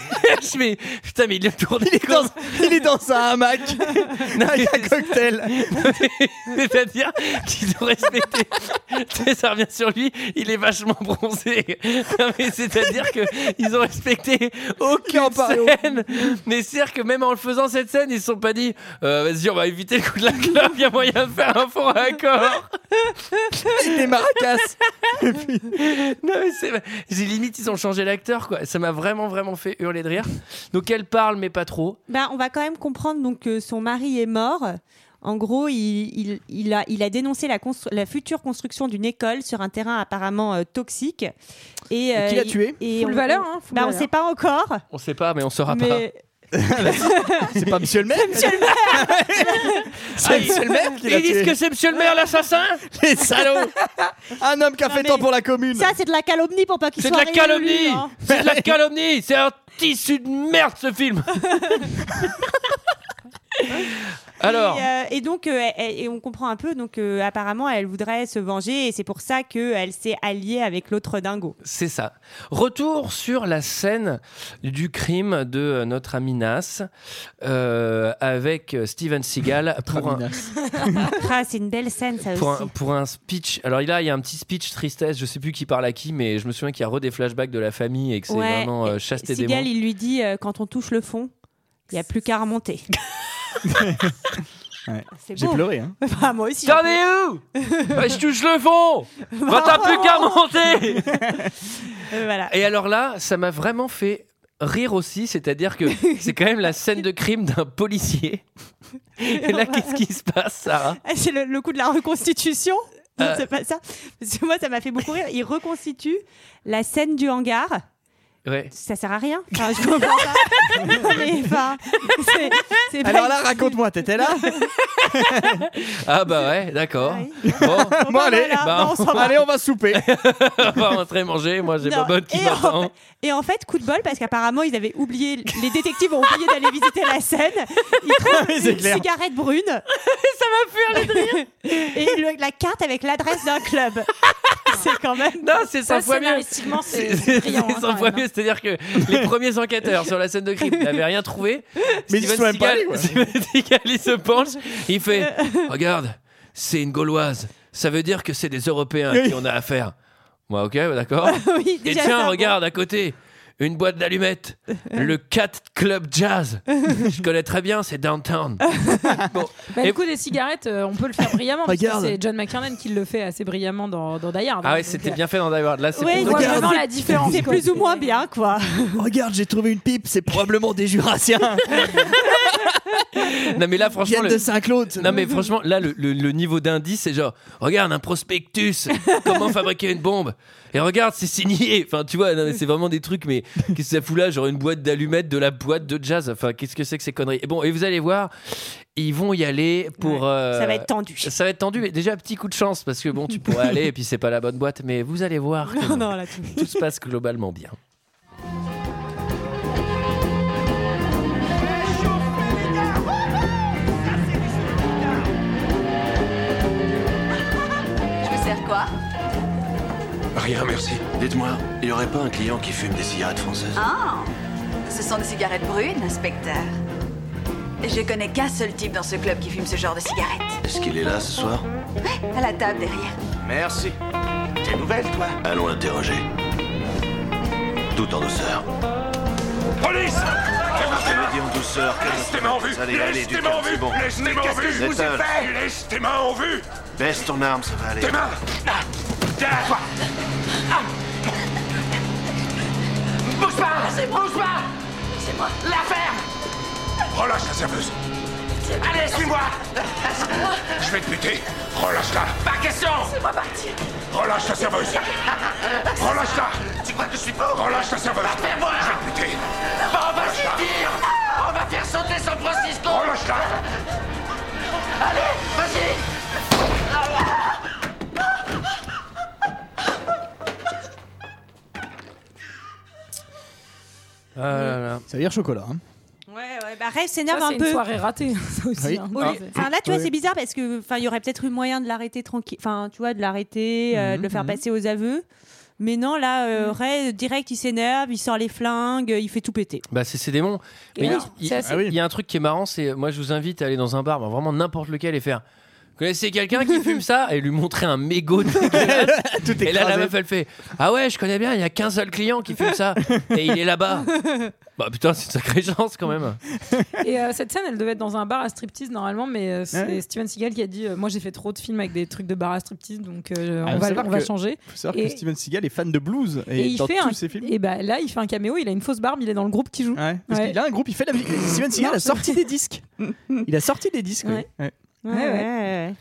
je fais Putain, mais il est tourné Il est, dans, il est dans un hamac avec un cocktail. C'est-à-dire qu'ils ont respecté. Tu sais, ça revient sur lui, il est vachement bronzé. Non, mais c'est-à-dire qu'ils ont respecté aucune en parlait au- scène. Mais c'est-à-dire que même en le faisant cette scène, ils se sont pas dit Euh, vas-y, on va éviter le coup de la clope, il y a moyen de faire un fond accord. Il est maracas. Non, mais c'est. J'ai limite, ils ont changé l'acteur, quoi. Ça m'a vraiment, vraiment fait hurler de rire. Donc elle parle, mais pas trop. Ben, on va quand même comprendre donc que son mari est mort. En gros, il, il, il a, il a dénoncé la, constru- la future construction d'une école sur un terrain apparemment euh, toxique. Et, euh, qui l'a il- tué et Full on- valeur, hein, full Ben, on valeur. sait pas encore. On sait pas, mais on saura pas. Mais C'est pas monsieur le maire Monsieur le maire, Ah, C'est monsieur le maire qui l'a Ils disent que tué. c'est monsieur le maire l'assassin Les salauds Un homme qui a Non, fait Ah, mais- tant pour la commune. ça c'est de la calomnie pour pas qu'il C'est soit de la réélu, calomnie hein. C'est de la calomnie C'est un tissu de merde ce film Alors, Et, euh, et donc, euh, elle- elle- et on comprend un peu. Donc, euh, apparemment, elle voudrait se venger et c'est pour ça qu'elle s'est alliée avec l'autre dingo. c'est ça. Retour sur la scène du crime de euh, notre ami Nas euh, avec euh, Steven Seagal pour un, Traminas. Ah, c'est une belle scène, ça pour, aussi. un, pour un speech. Alors là, il y a un petit speech tristesse, je sais plus qui parle à qui, mais je me souviens qu'il y a re des flashbacks de la famille et que c'est Ouais, vraiment euh, et chasteté des Seagal, il lui dit euh, quand on touche le fond, il n'y a plus qu'à remonter. Ouais. C'est J'ai beau. pleuré. Hein. Bah, moi aussi. T'en es où Bah, Je touche le fond Bah, T'as plus qu'à monter Euh, voilà. Et alors là, ça m'a vraiment fait rire aussi, c'est-à-dire que c'est quand même la scène de crime d'un policier. Et là, qu'est-ce qui se passe, Sarah Ah, C'est le, le coup de la reconstitution. Euh. Non, C'est pas ça. Parce que moi, ça m'a fait beaucoup rire. Il reconstitue la scène du hangar. Ouais. Ça sert à rien. Enfin, je comprends pas. Non, mais, enfin, c'est- c'est pas Alors là, raconte-moi, t'étais là Ah bah ouais, d'accord. Ah oui. Bon, Bon, allez, voilà. bah, Non, on s'en va. allez, on va souper. on va rentrer manger, moi j'ai Non. ma bonne qui Et en m'attend. Et en fait, coup de bol, parce qu'apparemment, ils avaient oublié, les détectives ont oublié d'aller visiter la scène. Ils trouvent Oui, c'est une clair. cigarette brune. ça m'a fait rire Et le- la carte avec l'adresse d'un club. C'est quand même. Non, c'est 100 ça, fois mieux. scénaristiquement, c'est c'est C'est brillant. hein, 100 quand fois même, mieux, hein. c'est-à-dire que les premiers enquêteurs sur la scène de crime n'avaient rien trouvé. Mais ils Steven sont même pas Seagal- allés, ouais. Steven Seagal, il se penche, il fait Regarde, c'est une Gauloise, ça veut dire que c'est des Européens à qui on a affaire. Moi, ok, bah, d'accord. Oui, Et déjà, c'est un tiens, bon- regarde à côté, une boîte d'allumettes, le Cat Club Jazz. Je connais très bien, c'est downtown. Bon, Bah, Et- Le coup des cigarettes, euh, on peut le faire brillamment. parce que Regarde. c'est John McKernan qui le fait assez brillamment dans, dans Die Hard. Ah ouais, Donc, c'était euh, bien fait dans Die Hard. Là, c'est Ouais, On pour- voit Regarde. vraiment la différence. C'est quoi. plus ou moins bien, quoi. Regarde, j'ai trouvé une pipe, c'est probablement des Jurassiens. euh, Non mais là, franchement, Viennent le- de Saint-Claude. Non mais franchement, là le, le- le niveau d'indice c'est genre regarde un prospectus, comment fabriquer une bombe et regarde c'est signé. Enfin tu vois, non, mais c'est vraiment des trucs mais qu'est-ce que ça fout là genre une boîte d'allumettes de la boîte de jazz. Enfin qu'est-ce que c'est que ces conneries. Et bon et vous allez voir, ils vont y aller pour. euh, Ça va être tendu. Ça va être tendu, mais déjà petit coup de chance parce que bon, tu pourrais aller et puis c'est pas la bonne boîte, mais vous allez voir que Non, non, là, tout. tout se passe globalement bien. Je me sers quoi Rien, merci. Dites-moi, il y aurait pas un client qui fume des cigarettes françaises Ah Ce sont des cigarettes brunes, inspecteur. Je connais qu'un seul type dans ce club qui fume ce genre de cigarette. Est-ce qu'il est là ce soir À la table derrière. Merci. T'es nouvelle, toi Allons l'interroger. Tout en douceur. Police Je le dis en douceur. Laisse tes mains en vue Allez, allez, Laisse du tes calme, mains en vue c'est bon. Laisse tes mains en vue je vous ai fait Laisse tes mains en vue Baisse ton arme, ça va aller. Tes mains Ah, Derrière toi Ah. Bouge pas Bouge pas C'est moi La ferme Relâche la serveuse Allez, suis-moi Je vais te buter Relâche-la Pas question C'est moi parti Relâche la serveuse Relâche-la Tu crois que je suis pas Relâche la serveuse Fais-moi Je vais te buter On va s'y dire On va faire sauter San Francisco Relâche-la Allez, vas-y Ah là là. Ça veut dire chocolat. hein. Ouais, ouais, bah, rêve Ça, s'énerve c'est un une peu. soirée ratée, ça aussi. Ah, Oui. hein. Au lieu- Enfin là, tu vois, Ouais. c'est bizarre parce que, enfin, il y aurait peut-être eu moyen de l'arrêter tranquille. Enfin, tu vois, de l'arrêter, euh, de le faire Mhm. passer aux aveux. Mais non, là, euh, Ray, direct, il s'énerve, il sort les flingues, il fait tout péter. Bah c'est ses démons. Mais Et oui, il, c'est il- assez- il y a un truc qui est marrant, c'est moi je vous invite à aller dans un bar, bah, vraiment n'importe lequel, et faire. Connaissez quelqu'un qui fume ça et lui montrer un mégot dégueulasse. Tout Et là, la écrasé. meuf, elle fait Ah ouais, je connais bien, il y a qu'un seul client qui fume ça et il est là-bas. Bah putain, c'est une sacrée chance quand même. Ah Et euh, cette scène, elle devait être dans un bar à striptease normalement, mais euh, c'est Ouais. Steven Seagal qui a dit euh, Moi j'ai fait trop de films avec des trucs de bar à striptease, donc euh, Ah, on, faut va, savoir on va que- changer. Faut savoir Et- que Steven Seagal est fan de blues et, il dans fait tous un- ses films. Et bah là, il fait un caméo, il a une fausse barbe, il est dans le groupe qui joue. Ouais, parce Ouais. qu'il a un groupe, il fait la musique. Steven Seagal a sorti des disques. Il a sorti des disques. oui. Ouais. Ouais. Ouais,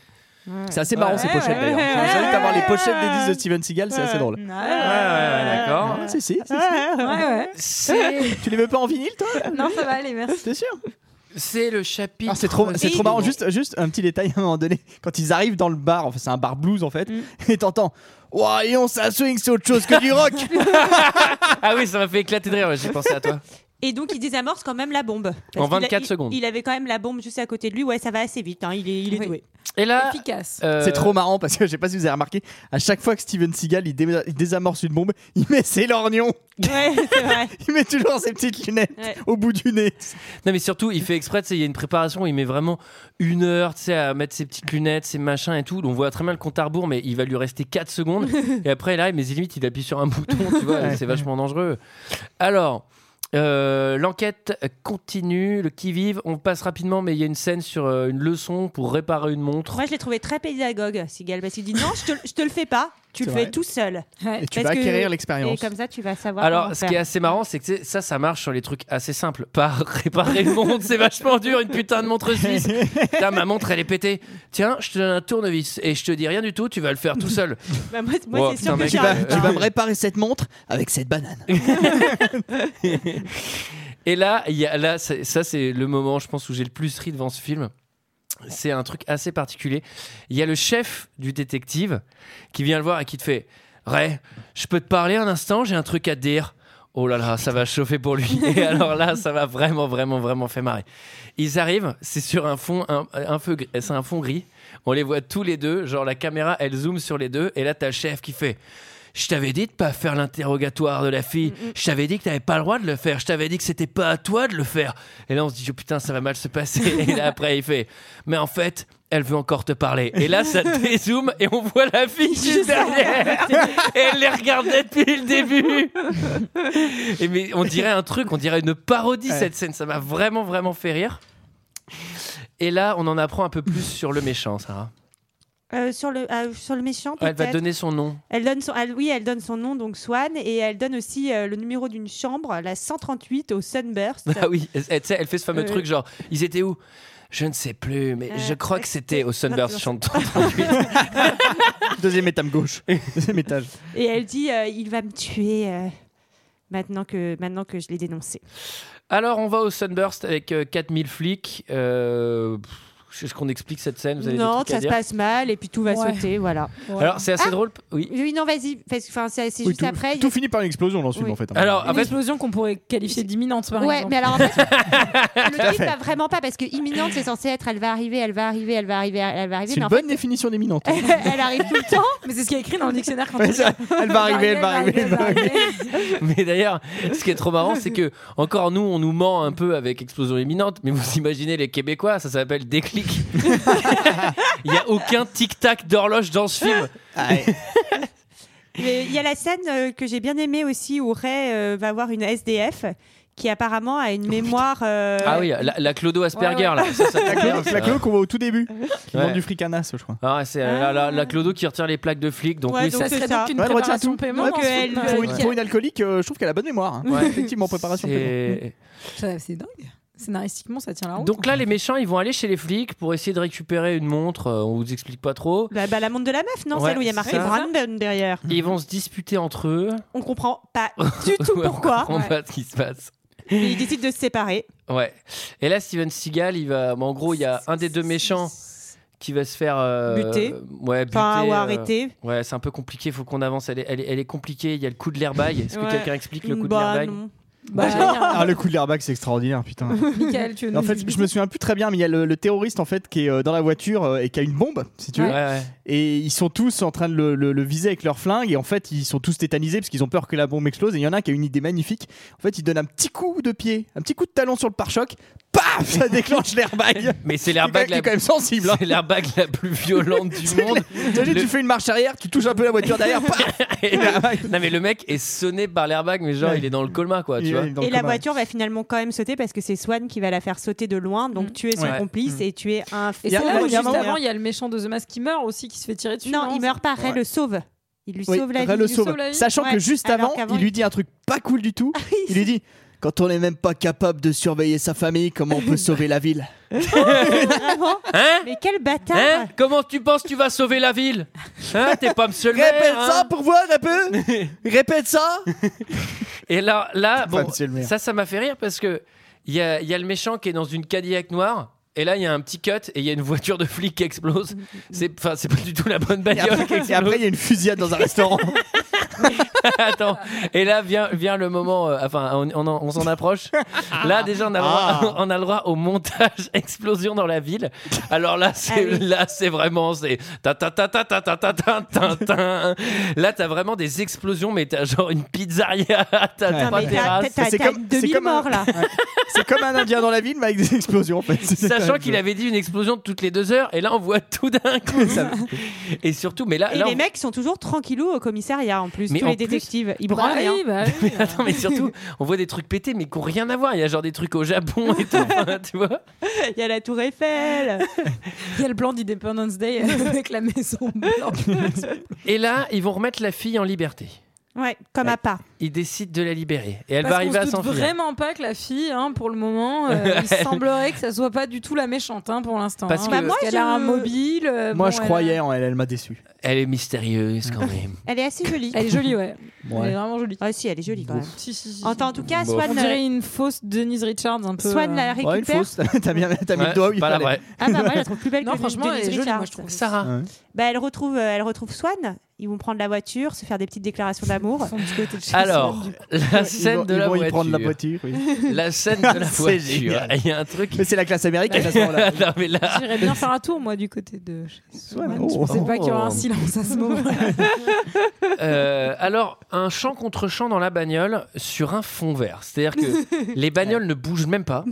ouais. C'est assez marrant Ouais, ces ouais, pochettes ouais, d'ailleurs. ouais, Je vous invite à voir les ouais. pochettes des disques de Steven Seagal, c'est assez drôle. Ouais, d'accord. Ah, si, si, si, si. ouais, ouais. C'est Tu les veux pas en vinyle toi Non, ça va aller, merci. T'es sûr c'est le chapitre. Ah, c'est trop, c'est Et- trop marrant. Juste, juste un petit détail à un moment donné. Quand ils arrivent dans le bar, enfin c'est un bar blues en Mm. fait, et t'entends. Ouah, et on ça swing, c'est autre chose que du rock. Ah oui, ça m'a fait éclater de rire, j'ai pensé à toi. Et donc, il désamorce quand même la bombe. En qu'il a- 24 il- secondes. Il avait quand même la bombe juste à côté de lui. Ouais, ça va assez vite. hein, Il est, il est Oui. doué. Et là. Efficace. euh, C'est trop marrant parce que je sais pas si vous avez remarqué, à chaque fois que Steven Seagal il, dé- il désamorce une bombe, il met ses lorgnons, Ouais, c'est vrai. il met toujours ses petites lunettes Ouais. au bout du nez. Non, mais surtout, il fait exprès, tu sais, il y a une préparation, où il met vraiment une heure, tu sais, à mettre ses petites lunettes, ses machins et tout. On voit très bien le compte à rebours, mais il va lui rester 4 secondes. et après, là, mais limite, il appuie sur un bouton, tu vois, c'est vachement dangereux. Alors. euh, L'enquête continue, le qui-vive. On passe rapidement, mais il y a une scène sur euh, une leçon pour réparer une montre. Moi, je l'ai trouvé très pédagogue, Sigal, parce qu'il dit non, je te, je te le fais pas. Tu le C'est fais vrai. tout seul. Ouais. Et tu Parce vas que- acquérir Et l'expérience. comme ça, tu vas savoir. Alors, comment ce faire. qui est assez marrant, c'est que tu sais, ça, ça marche sur les trucs assez simples. Pas réparer une montre, c'est vachement dur, une putain de montre suisse. Putain, ma montre, elle est pétée. Tiens, je te donne un tournevis et je te dis rien du tout, tu vas le faire tout seul. Bah, moi, moi, Oh, c'est putain, sûr que mec, Tu j'y vas, arrive tu pas. vas me réparer cette montre avec cette banane. Et là, il y a, là c'est- ça, c'est le moment, je pense, où j'ai le plus ri devant ce film. C'est un truc assez particulier. Il y a le chef du détective qui vient le voir et qui te fait Ray, je peux te parler un instant, j'ai un truc à te dire. Oh là là, ça va chauffer pour lui. Et alors là, ça m'a vraiment, vraiment, vraiment fait marrer. Ils arrivent, c'est sur un fond, un, un feu, gris- c'est un fond gris. On les voit tous les deux, genre la caméra, elle zoome sur les deux, et là t'as le chef qui fait Je t'avais dit de pas faire l'interrogatoire de la fille. Je t'avais dit que t'avais pas le droit de le faire. Je t'avais dit que c'était pas à toi de le faire. Et là, on se dit, oh, putain, ça va mal se passer. Et là, après, il fait, mais en fait, elle veut encore te parler. Et là, ça dézoome et on voit la fille juste derrière. Et elle les regardait depuis le début. Et mais on dirait un truc, on dirait une parodie Ouais. cette scène. Ça m'a vraiment, vraiment fait rire. Et là, on en apprend un peu plus sur le méchant, Sarah. Euh, sur, le, euh, sur le méchant, Elle va peut-être. donner son nom. Elle donne son, elle- oui, elle donne son nom, donc Swan, et elle donne aussi euh, le numéro d'une chambre, la 138 au Sunburst. Ah oui, elle, elle- tu sais, elle fait ce fameux Euh. truc genre, ils étaient où Je ne sais plus, mais Euh, je crois que c'était au Sunburst Chante. Deuxième étape gauche. Deuxième étage. Et elle dit euh, Il va me tuer euh, maintenant, que, maintenant que je l'ai dénoncé. Alors, on va au Sunburst avec euh, 4000 flics. Euh, pff, Est-ce qu'on explique cette scène Vous avez des Non, trucs à ça se dire passe mal, et puis tout va Ouais. sauter, voilà. euh, Alors, c'est assez Ah drôle. p- Oui. Oui, non, vas-y, parce que, enfin, c'est c'est Oui, juste tout, après. il y a- tout finit par une explosion dans ce film, Oui. en fait. hein. Alors, en Une fait, explosion qu'on pourrait qualifier d'imminente, par Ouais, exemple. mais alors en fait, le truc fait. va vraiment pas parce que imminente c'est censé être elle va arriver, elle va arriver, elle va arriver, elle va arriver, c'est mais une en bonne définition d'éminente. fait elle arrive tout le temps. Mais c'est ce qui est écrit dans le dictionnaire quand Ouais, on ça- elle va arriver, elle va arriver. elle va arriver. mais d'ailleurs, ce qui est trop marrant, c'est que encore nous, on nous ment un peu avec explosion imminente. Mais vous imaginez les Québécois, ça s'appelle déclic. Il y a aucun tic tac d'horloge dans ce film. Ah, ouais. Mais Il y a la scène euh, que j'ai bien aimée aussi où Ray euh, va voir une SDF qui apparemment a une mémoire. euh, Oh, Ah oui, la, la Clodo Asperger Ouais, ouais. là. Ça, ça La tombe bien, clo- ça. la clo qu'on voit au tout début. Qui Ah, Ouais. vend du fricanas, je crois. Ah, c'est euh, la, la- la Clodo qui retire les plaques de flics. Donc Ouais, oui, donc ça- Ça serait ça. donc une Ouais, elle retient préparation tout. de paiement. euh, Ouais, dans que ce elle- film. Pour une, Ouais. pour une alcoolique, euh, je trouve qu'elle a bonne mémoire. hein. Ouais. Effectivement, préparation. paiement. c'est- Ça, C'est dingue. Scénaristiquement, ça Ah, tient la route. Donc là, les méchants, ils vont aller chez les flics pour essayer de récupérer une montre. euh, On vous explique pas trop. Bah, bah, la montre de la meuf, non Ouais, Celle où il y a marqué c'est ça. Brandon derrière. Ils vont se disputer entre eux. On comprend pas du Mhm. tout pourquoi, On voit ce qui se passe. mais ils décident de se séparer. Ouais. Et là, Steven Seagal, il va. bon, en gros, il y a un des deux méchants qui va se faire. euh, Buter. Ouais, buter. Enfin, ou euh, arrêter. Ouais, c'est un peu compliqué, faut qu'on avance. Elle est, elle est- elle est compliquée, il y a le coup de l'airbag. Est-ce que Ouais. quelqu'un explique le coup de Bah, l'airbag non. Bah, Ah, le coup de l'airbag, c'est extraordinaire, putain. Michael, tu veux nous En fait, je me souviens plus très bien, mais il y a le, le terroriste en fait qui est euh, dans la voiture euh, et qui a une bombe, si tu veux. Ouais, ouais. Et ils sont tous en train de le, le- le viser avec leur flingue. Et en fait, ils sont tous tétanisés parce qu'ils ont peur que la bombe explose. Et il y en a un qui a une idée magnifique. En fait, il donne un petit coup de pied, un petit coup de talon sur le pare-choc. Paf Ça déclenche l'airbag. Mais c'est Qui est l'airbag quand- qui est la... quand même sensible. hein. c'est l'airbag la plus violente du C'est monde. clair. T'imagines, Le- Tu fais une marche arrière, tu touches un peu la voiture derrière. paf Et l'airbag, non, mais le mec est sonné par l'airbag, mais genre, Ouais. il est dans le colma, quoi, tu il vois. est dans le Et la coma. voiture va finalement quand même sauter parce que c'est Swan qui va la faire sauter de loin, donc tuer son Mm. Ouais. complice et tuer un. Et Il y a- c'est là où il y a un juste moment- avant, il y a le méchant de The Mask qui meurt aussi, qui se fait tirer dessus. Non, il meurt pas, Ray Ouais. le sauve. Il lui Oui, sauve la Ray vie. le lui sauve. sauve la vie. Sachant Ouais. que juste Alors avant, qu'avant, il lui dit un truc pas cool du tout. Il lui dit Quand on n'est même pas capable de surveiller sa famille, comment on peut sauver la ville Vraiment Hein Mais quel bâtard Hein Comment tu penses que tu vas sauver la ville Hein T'es pas monsieur le maire Répète hein ça pour voir un peu Répète ça Et là, là Pas bon, monsieur le maire. ça, ça m'a fait rire parce que il y a, il y a le méchant qui est dans une Cadillac noire. Et là, il y a un petit cut et il y a une voiture de flic qui explose. C'est, enfin, c'est pas du tout la bonne Et bagnole qui après, et après, explose. il y a une fusillade dans un restaurant. Attends. Et là vient, vient le moment. euh, enfin, on, on en- on s'en approche. Là, déjà, on a, le droit, on a le droit au montage explosion dans la ville. Alors là, c'est, Ah oui. là, c'est vraiment. C'est ta ta ta ta ta ta ta ta ta ta. Là, t'as vraiment des explosions, mais t'as genre une pizzeria, t'as Ouais. Non, trois mais t'as- terrasses. t'as- C'est t'as comme- c'est 2000 comme un- morts là. C'est comme un indien dans la ville, mais avec des explosions en fait. C'est la Sachant même qu'il chose. avait dit une explosion toutes les deux heures, et là on voit tout d'un coup. et surtout, mais là, Et là, les on- mecs sont toujours tranquillous au commissariat en plus. Mais tous en les plus- détectives, ils Bah branlent hein. rien. oui, bah oui. Attends, hein. mais surtout, on voit des trucs pétés, mais qui n'ont rien à voir. Il y a genre des trucs au Japon et tout, enfin, tu vois. Il y a la Tour Eiffel. Il y a le plan d'Independence Day euh, avec la maison blanche. Et là, ils vont remettre la fille en liberté. Ouais, comme Ouais. à pas. Ils décident de la libérer. Et elle Parce va qu'on arriver se à doute s'enfuir. vraiment pas que la fille, hein, pour le moment, euh, il semblerait que ça soit pas du tout la méchante hein, pour l'instant. Parce hein, que- parce Bah, moi, qu'elle a un je- mobile. euh, Moi, bon, je elle a- croyais en elle, elle m'a déçu. Elle est mystérieuse quand même. Elle est assez jolie. Elle est jolie, ouais. Elle est Ouais. vraiment jolie. Ah si, elle est jolie quand même. Si, si, si, En, si. en tout cas, Bon. On Swan, dirait une fausse Denise Richards un peu. euh, Swan euh. la Ouais, une récupère. fausse. T'as bien t'as mis Ouais, le doigt où il pas la fallait. vraie. ah bah moi, je la trouve plus belle Non, que franchement, Denise elle est jolie, Richards. moi, je trouve. Sarah. Ouais. Bah elle retrouve, euh, elle retrouve Swan Ils vont prendre la voiture, se faire des petites déclarations d'amour. Alors, la scène vont- de ils la vont voiture. y prendre la voiture, oui. La scène de la C'est voiture. génial. Il y a un truc. Mais c'est la classe américaine à ce moment-là. Non, mais là- J'irais bien faire un tour, moi, du côté de chez Swan. oh. Je pensais pas qu'il y aurait un silence à ce moment. Euh, alors, un champ contre champ dans la bagnole sur un fond vert. C'est-à-dire que les bagnoles ne bougent même pas.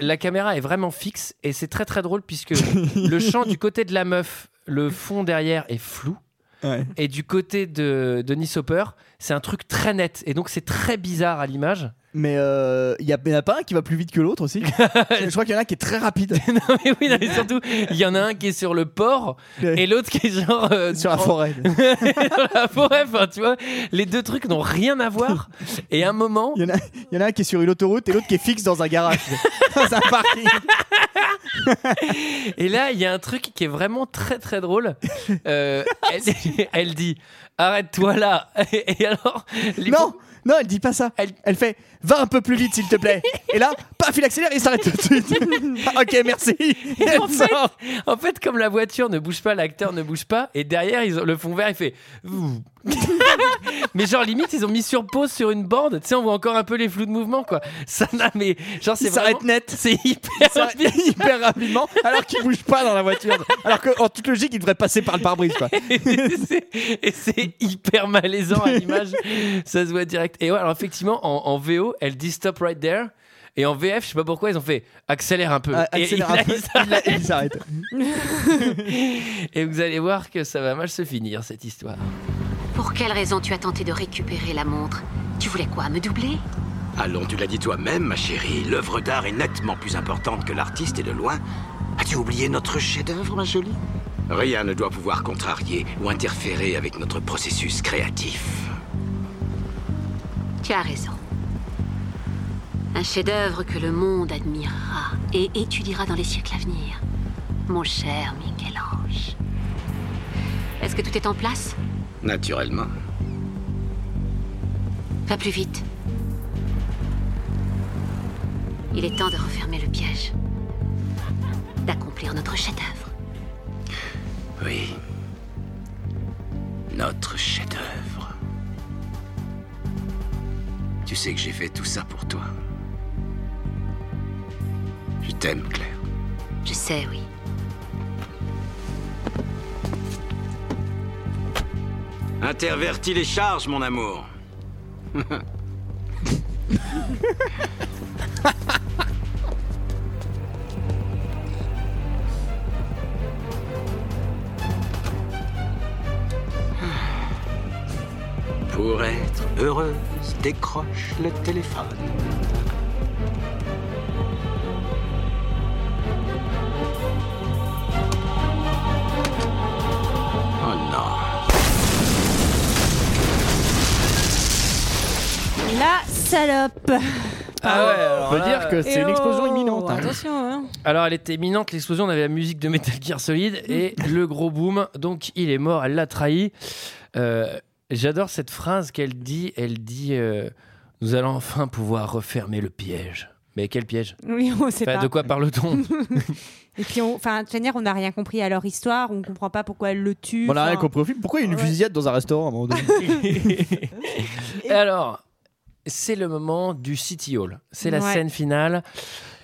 La caméra est vraiment fixe et c'est très très drôle puisque le champ du côté de la meuf, le fond derrière est flou. Ouais. Et du côté de Denis Hopper, c'est un truc très net. Et donc, c'est très bizarre à l'image. Mais euh, il y, a- il y en a pas un qui va plus vite que l'autre aussi. je crois qu'il y en a un qui est très rapide. non, mais oui, non, mais surtout, il y en a un qui est sur le port et l'autre qui est genre. euh, Sur la en- forêt. dans la forêt. Enfin, tu vois, les deux trucs n'ont rien à voir. Et à un moment. Il y, en a, il y en a un qui est sur une autoroute et l'autre qui est fixe dans un garage. dans un parking. Et là, il y a un truc qui est vraiment très très drôle. Euh, elle, elle dit Arrête-toi là. Et, et alors. les- Non, non, elle dit pas ça. Elle, fait va un peu plus vite s'il te plaît. et là, paf, il accélère et il s'arrête tout de suite. Ah, ok, merci. Et Elle en, fait, sort. en fait, comme la voiture ne bouge pas, l'acteur ne bouge pas, et derrière, ils ont- le fond vert, il fait. Ouh. mais genre, limite, ils ont mis sur pause sur une bande. Tu sais, on voit encore un peu les flous de mouvement, quoi. Ça n'a, mais genre, c'est Il s'arrête vraiment- net. C'est hyper. Ça va hyper rapidement alors qu'il bouge pas dans la voiture. Alors qu'en toute logique, il devrait passer par le pare-brise. quoi. et c'est- et c'est hyper malaisant à l'image, ça se voit direct. Et ouais, alors effectivement, en, en VO, elle dit stop right there. Et en VF, je sais pas pourquoi, ils ont fait accélère un peu. Ah, Et accélère il- un peu, il s'arrête. il- il s'arrête. Et vous allez voir que ça va mal se finir cette histoire. Pour quelle raison tu as tenté de récupérer la montre Tu voulais quoi, me doubler Allons, tu l'as dit toi-même, ma chérie, l'œuvre d'art est nettement plus importante que l'artiste et de loin. As-tu oublié notre chef-d'œuvre, ma jolie Rien ne doit pouvoir contrarier ou interférer avec notre processus créatif. Tu as raison. Un chef-d'œuvre que le monde admirera et étudiera dans les siècles à venir. Mon cher Michel-Ange. Est-ce que tout est en place Naturellement. Va plus vite. Il est temps de refermer le piège. D'accomplir notre chef-d'œuvre. Oui. Notre chef-d'œuvre. Tu sais que j'ai fait tout ça pour toi. Je t'aime, Claire. Je sais, oui. Intervertis les charges, mon amour. Pour être heureuse, décroche le téléphone. Oh non. La salope oh. Ah ouais, alors On peut là, dire que c'est une explosion imminente. hein. Attention, hein. Alors elle était imminente, l'explosion, on avait la musique de Metal Gear Solid et le gros boom, donc il est mort, elle l'a trahi. Euh, J'adore cette phrase qu'elle dit, elle dit euh, Nous allons enfin pouvoir refermer le piège. Mais quel piège Oui, on sait Enfin, pas. De quoi parle-t-on Et puis, on- enfin, de toute manière, on n'a rien compris à leur histoire, on comprend pas pourquoi elle le tue. On a rien enfin, compris au film. Pourquoi il y a une Ouais. fusillade dans un restaurant à un moment donné Et Alors, c'est le moment du City Hall. C'est la Ouais. scène finale.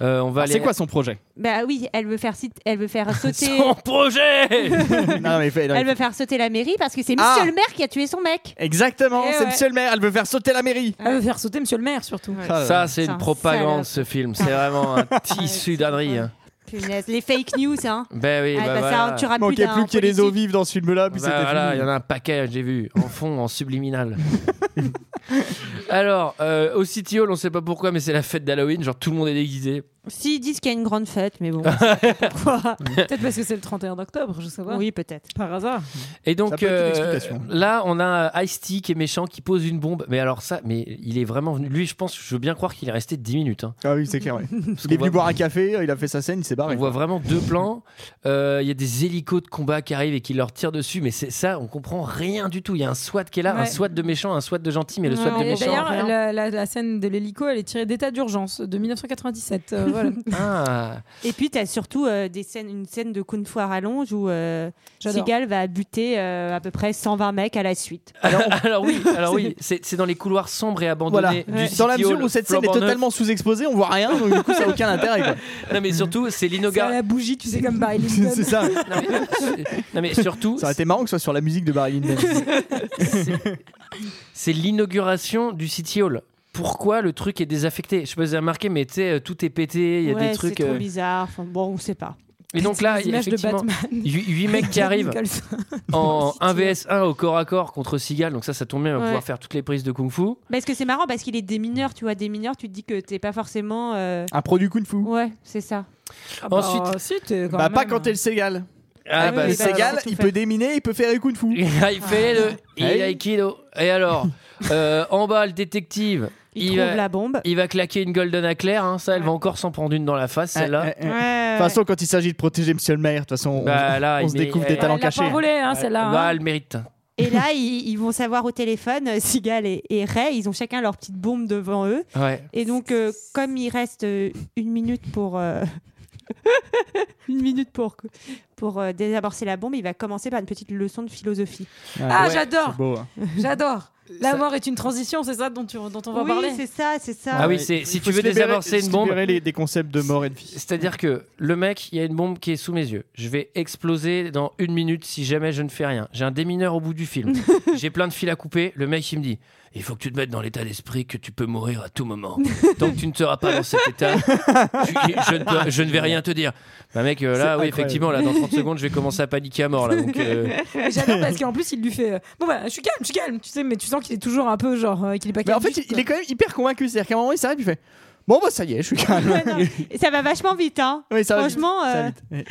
Euh, on va Alors, aller. Ah, C'est quoi son projet Bah oui, elle veut faire, sit- elle veut faire sauter. Son projet Non, mais il fait- non, il Elle veut faire sauter la mairie parce que c'est Ah. Monsieur le maire qui a tué son mec. Exactement, Eh c'est ouais. monsieur le maire, elle veut faire sauter la mairie. Elle veut faire sauter Monsieur le Maire, surtout. Ah, Ça, c'est C'est une un propagande, ce salope. film. C'est vraiment un tissu d'adrille. hein. Punaise, les fake news, hein. Ben oui, Ah, bah bah, voilà. ça, tu Il manquait plus plus qu'il y ait les eaux vives dans ce film-là, Ah, puis Bah c'était voilà, il fini. y en a un paquet, j'ai vu, en fond, en subliminal. Alors, euh, au City Hall, on sait pas pourquoi, mais c'est la fête d'Halloween, genre tout le monde est déguisé. Si, ils disent qu'il y a une grande fête, mais bon. on sait pas pourquoi. Peut-être parce que c'est le 31 d'octobre, je sais pas. oui, peut-être. Par hasard. Et Ça donc, peut être une euh, explication. là, on a Ice-T qui est méchant, qui pose une bombe. Mais alors, ça, mais il est vraiment venu. Lui, je pense, je veux bien croire qu'il est resté 10 minutes. hein. Ah oui, c'est clair. ouais. Il qu'on est venu voit- boire un café, il a fait sa scène, il s'est On barré. voit vraiment deux plans. Euh, Il y a des hélicos de combat qui arrivent et qui leur tirent dessus, mais c'est ça, on comprend rien du tout. Il y a un SWAT qui est là, un Ouais. SWAT de méchant, un SWAT de gentil, mais le Ouais, SWAT de et méchant. D'ailleurs, la, la- la scène de l'hélico, elle est tirée d'état d'urgence de 1997. Euh, voilà, voilà. Ah. Et puis, tu as surtout euh, des scènes, une scène de Kung Fu à rallonge où euh, J'adore. Seagal va buter euh, à peu près 120 mecs à la suite. Alors, alors oui, alors oui, c'est c'est dans les couloirs sombres et Voilà. abandonnés du Dans la City mesure Hall, où cette scène est flambant neuf. totalement sous-exposée, on voit rien, donc du coup ça n'a aucun intérêt. quoi. Non mais surtout, c'est C'est à l'inauguration. la bougie, tu sais, comme Barry Lyndon. C'est ça. Non mais surtout, Ça aurait été marrant que ce soit sur la musique de Barry Lyndon. c'est l'inauguration du City Hall. Pourquoi le truc est désaffecté Je sais pas si vous avez remarqué, mais tu sais, euh, tout est pété, il y a Ouais, des trucs. C'est trop euh, bizarre. Enfin, bon, on sait pas. Et donc là, Des il y a images de effectivement Batman. 8 mecs qui arrivent Nicholson. en 1 vs 1 au corps à corps contre Seagal, donc ça, ça tombe bien, on va Ouais. pouvoir faire toutes les prises de Kung Fu. Parce que c'est marrant parce qu'il est des mineurs, tu vois. Des mineurs, tu te dis que t'es pas forcément. euh, Un produit Kung Fu. Ouais, c'est ça. Ah Ensuite- si, t'es quand Bah, même- hein. pas quand t'es le Ségal. Ah, le ça- Ségal, il peut déminer, il peut faire les Kung Fu. il fait le il Ah oui. est Aikido. Et alors, euh, en bas, le détective, Il, trouve la bombe. il va claquer une golden à Claire. hein. Ça, elle va encore s'en prendre une dans la face, celle-là. Eh, eh, eh. Ouais, De ouais, toute façon, quand il s'agit de protéger Monsieur le maire, de toute façon, on, Bah, là, on il se met- découvre eh, des talents Elle l'a cachés. pas volé, ah, hein, celle-là. hein. Bah, elle mérite. Et là, ils, ils vont savoir au téléphone, euh, Seagal et, et Ray, ils ont chacun leur petite bombe devant eux. Ouais. Et donc, euh, comme il reste euh, une minute pour. euh, une minute pour, pour euh, désamorcer la bombe, il va commencer par une petite leçon de philosophie. Ah, Ouais. j'adore, C'est beau. hein. j'adore. La mort est une transition, c'est ça dont, tu, dont on va oui, parler. c'est ça, c'est ça. Ah oui, Ouais, c'est- si il faut tu se veux libérer- désamorcer une se bombe- libérer les- des concepts de mort et de vie. C'est-à-dire que le mec, il y a une bombe qui est sous mes yeux. Je vais exploser dans une minute si jamais je ne fais rien. J'ai un démineur au bout du film. J'ai plein de fils à couper. Le mec, il me dit Il faut que tu te mettes dans l'état d'esprit que tu peux mourir à tout moment. Tant que tu ne seras pas dans cet état, tu- je, ne, peux- je ne vais rien te dire. Bah, mec, euh, C'est là, oui, incroyable. effectivement, là, dans 30 secondes, je vais commencer à paniquer à mort. Là, donc, euh, Et J'adore parce qu'en plus, il lui fait. euh, Bon, bah, je suis calme, je suis calme, tu sais, mais tu sens qu'il est toujours un peu genre. euh, qu'il est pas Mais calme. en fait, du il, tout, il est quand même hyper convaincu. C'est-à-dire qu'à un moment, il s'arrête, il fait Bon, bah ça y est, je suis calme. Ouais, non, et ça va vachement vite, hein. Oui, Ah ça va vite, Franchement, ça va euh, vite.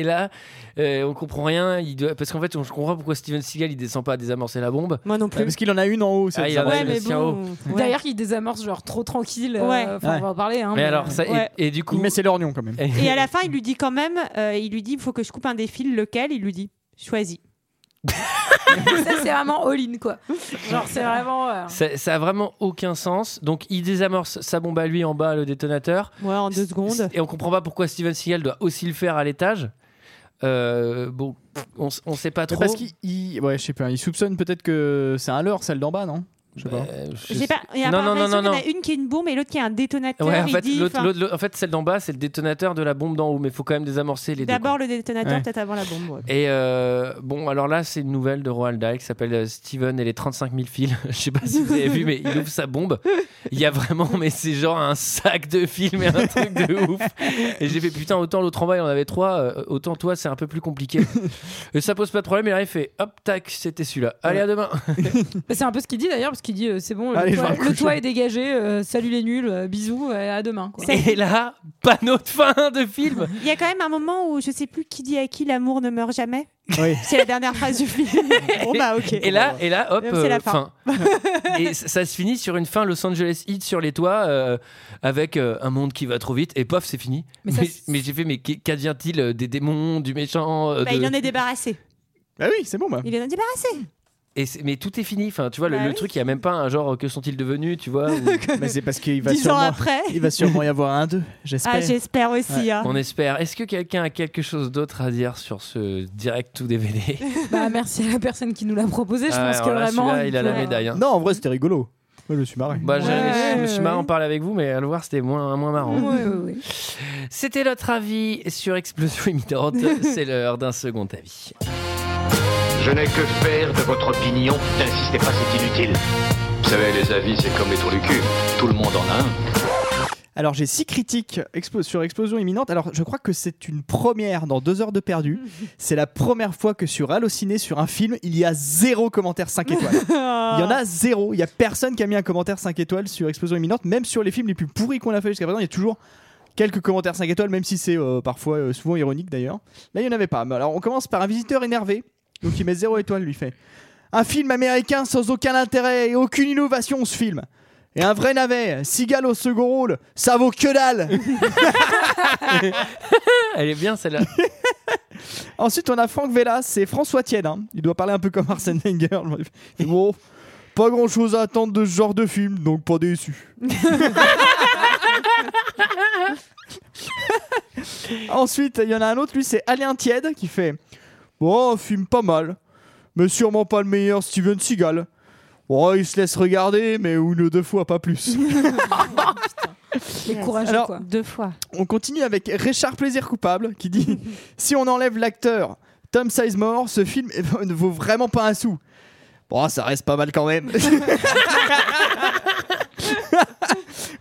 et là, euh, on comprend rien. Il doit- Parce qu'en fait, on je comprends pourquoi Steven Seagal, il descend pas à désamorcer la bombe. moi non plus. Parce qu'il en a une en haut. c'est Ah, il ça. en a ouais, je mais le tiens bon. quoi. ouais. D'ailleurs, il désamorce genre trop tranquille. euh, Ouais. enfin, On va en parler. hein, mais, alors, ça, et- Ouais. et, du coup. Il met ses lorgnons quand même. Et à la fin, il lui dit quand même, euh, il lui dit, il faut que je coupe un des fils, lequel Il lui dit, choisis. ça, c'est vraiment all-in, quoi. Genre, c'est vraiment. euh, Ça, ça a vraiment aucun sens. Donc, il désamorce sa bombe à lui en bas, le détonateur. Ouais, en deux secondes. Et on comprend pas pourquoi Steven Seagal doit aussi le faire à l'étage. Euh, bon, on, s- on sait pas Mais trop. Parce qu'il, il- ouais, je sais pas, il soupçonne peut-être que c'est un leurre, celle d'en bas, non Je sais pas. Euh, je Je sais sais- Bah, pas. Il y a Non, pas non, non, raison, non, il y en a une qui est une bombe et l'autre qui est un détonateur. Ouais, en il fait, dit, l'autre- enfin, l'autre- l'autre- en fait, celle d'en bas, c'est le détonateur de la bombe d'en haut, mais faut quand même désamorcer les deux. quoi. D'abord le détonateur, Ouais. peut-être avant la bombe. ouais. Et euh, bon, alors là, c'est une nouvelle de Roald Dahl qui s'appelle euh, Steven et les 35 000 fils. Je sais pas si vous avez vu, mais il ouvre sa bombe. Il y a vraiment, mais c'est genre un sac de films et un truc de ouf. Et j'ai fait putain, autant l'autre en bas, il en avait trois, euh, autant toi, c'est un peu plus compliqué. Et ça pose pas de problème. Et là, il fait hop, tac, c'était celui-là. Allez, à demain. Bah, c'est un peu ce qu'il dit d'ailleurs, parce qu'il dit euh, c'est bon, Allez, le, je toit, vais me le toit est dégagé, euh, salut les nuls, euh, bisous, euh, à demain. Quoi. Et là, panneau de fin de film. Il y a quand même un moment où je sais plus qui dit à qui l'amour ne meurt jamais. Oui. C'est la dernière phrase du film. bon bah ok. Et là, et là, hop, C'est la euh, fin. et ça, ça se finit sur une fin Los Angeles Heat sur les toits euh, avec euh, un monde qui va trop vite et pof, c'est fini. Mais Mais, ça, c'est- mais j'ai fait, mais qu'est- qu'advient-il euh, des démons, du méchant euh, Bah, de- il en est débarrassé. Bah oui, c'est bon, bah. Il en est débarrassé. Et c'est- Mais tout est fini. Enfin, tu vois, le, Bah le oui. truc, il n'y a même pas un genre euh, que sont-ils devenus, tu vois. ou- Mais c'est parce qu'il va Dix ans sûrement, après. il va sûrement y avoir un 2, j'espère. Ah j'espère aussi. Ouais. hein. On espère. Est-ce que quelqu'un a quelque chose d'autre à dire sur ce direct tout DVD Bah, merci à la personne qui nous l'a proposé, je Ah, pense que alors là, vraiment. celui-là, il a la faut- médaille. hein. non, en vrai, c'était rigolo. Moi, je me suis marré. Bah, j'ai- Ouais, je me suis ouais. marrant en parler avec vous, mais à le voir, c'était moins, moins marrant. Ouais, ouais, ouais. C'était notre avis sur Explosion Imminente. C'est l'heure d'un second avis. Je n'ai que faire de votre opinion. N'insistez pas, c'est inutile. Vous savez, les avis, c'est comme les trous du cul. Tout le monde en a un. Alors, j'ai six critiques expo- sur Explosion imminente. Alors, je crois que c'est une première dans deux heures de perdu. C'est la première fois que sur Allociné, sur un film, il y a zéro commentaire 5 étoiles. Il y en a zéro. Il y a personne qui a mis un commentaire 5 étoiles sur Explosion imminente. Même sur les films les plus pourris qu'on a fait jusqu'à présent, il y a toujours quelques commentaires 5 étoiles, même si c'est euh, parfois euh, souvent ironique d'ailleurs. Là, il n'y en avait pas. Mais alors, on commence par un visiteur énervé. Donc, il met zéro étoile, lui fait. Un film américain sans aucun intérêt et aucune innovation, ce film. Et un vrai navet, Seagal au second rôle, ça vaut que dalle Elle est bien celle-là. Ensuite, on a Franck Vella, c'est François Tienne. hein. Il doit parler un peu comme Arsène Wenger. Il fait, Bon, pas grand chose à attendre de ce genre de film, donc pas déçu. Ensuite, il y en a un autre, lui, c'est Alain Tiède qui fait Bon, un film pas mal, mais sûrement pas le meilleur Steven Seagal. Oh, il se laisse regarder, mais une ou deux fois, pas plus. Les courageux, Alors, quoi. Deux fois. On continue avec Richard Plaisir Coupable qui dit Si on enlève l'acteur Tom Sizemore, ce film eh ben, ne vaut vraiment pas un sou. Bon, ça reste pas mal quand même.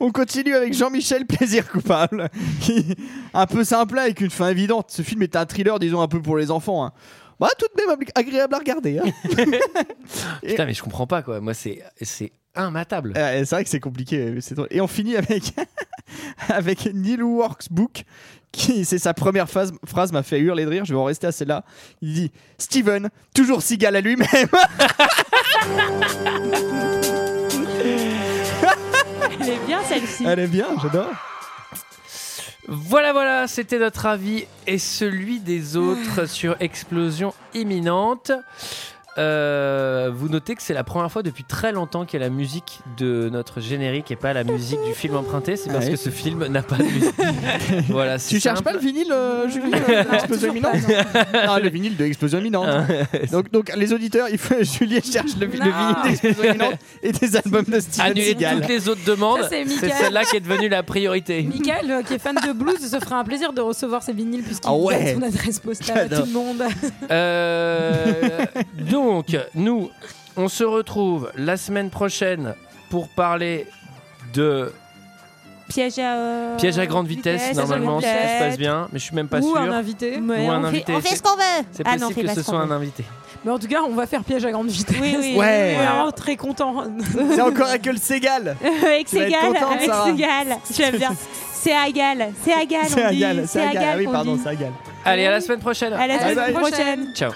on continue avec Jean-Michel Plaisir Coupable qui, un peu simple hein, avec une fin évidente. Ce film est un thriller, disons, un peu pour les enfants. hein. Bah, tout de même agréable à regarder. hein. Putain, mais je comprends pas quoi. Moi, c'est c'est immatable. Euh, c'est vrai que c'est compliqué. mais c'est drôle. Et on finit avec, avec Neil Works Book, qui, c'est sa première phase, phrase, m'a fait hurler de rire. Je vais en rester à celle-là. Il dit Steven, toujours cigale à lui-même. Elle est bien celle-ci. Elle est bien, j'adore. Voilà, voilà, c'était notre avis et celui des autres sur Explosion imminente. Euh, vous notez que c'est la première fois depuis très longtemps qu'il y a la musique de notre générique et pas la musique du film emprunté. C'est parce Ouais. que ce film n'a pas de musique. voilà, Tu cherches pas le vinyle, euh, Julie euh, de Explosion imminente Non, le vinyle de Explosion imminente. donc, donc, les auditeurs, il faut, Julie cherche le, vi- le vinyle d'Explosion imminente et des albums de Steven Annuler Seagal. toutes les autres demandes. Ça, c'est C'est Michael. celle-là qui est devenue la priorité. Michael, euh, qui est fan de blues, se fera un plaisir de recevoir ses vinyles puisqu'il Ah ouais. donne son adresse postale à J'adore. tout le monde. Euh, donc, nous, on se retrouve la semaine prochaine pour parler de Piège à. euh, piège à grande vitesse, normalement, si tout se passe bien, mais je suis même pas sûr. invité. Ou un invité. Ah C'est Ah, possible que ce soit un invité. Mais en tout cas, on va faire piège à grande vitesse. Oui, oui, Ouais. oui, oui. Vraiment très content. C'est encore avec le Seagal. avec Tu vas être Ségal, contente, avec Sarah. Ségal. J'aime bien. C'est Agal, c'est Agal, C'est on dit. Agal, c'est Agal. Ah oui, on pardon, dit. c'est Agal. Allez, à la semaine prochaine. À la semaine prochaine. Ciao.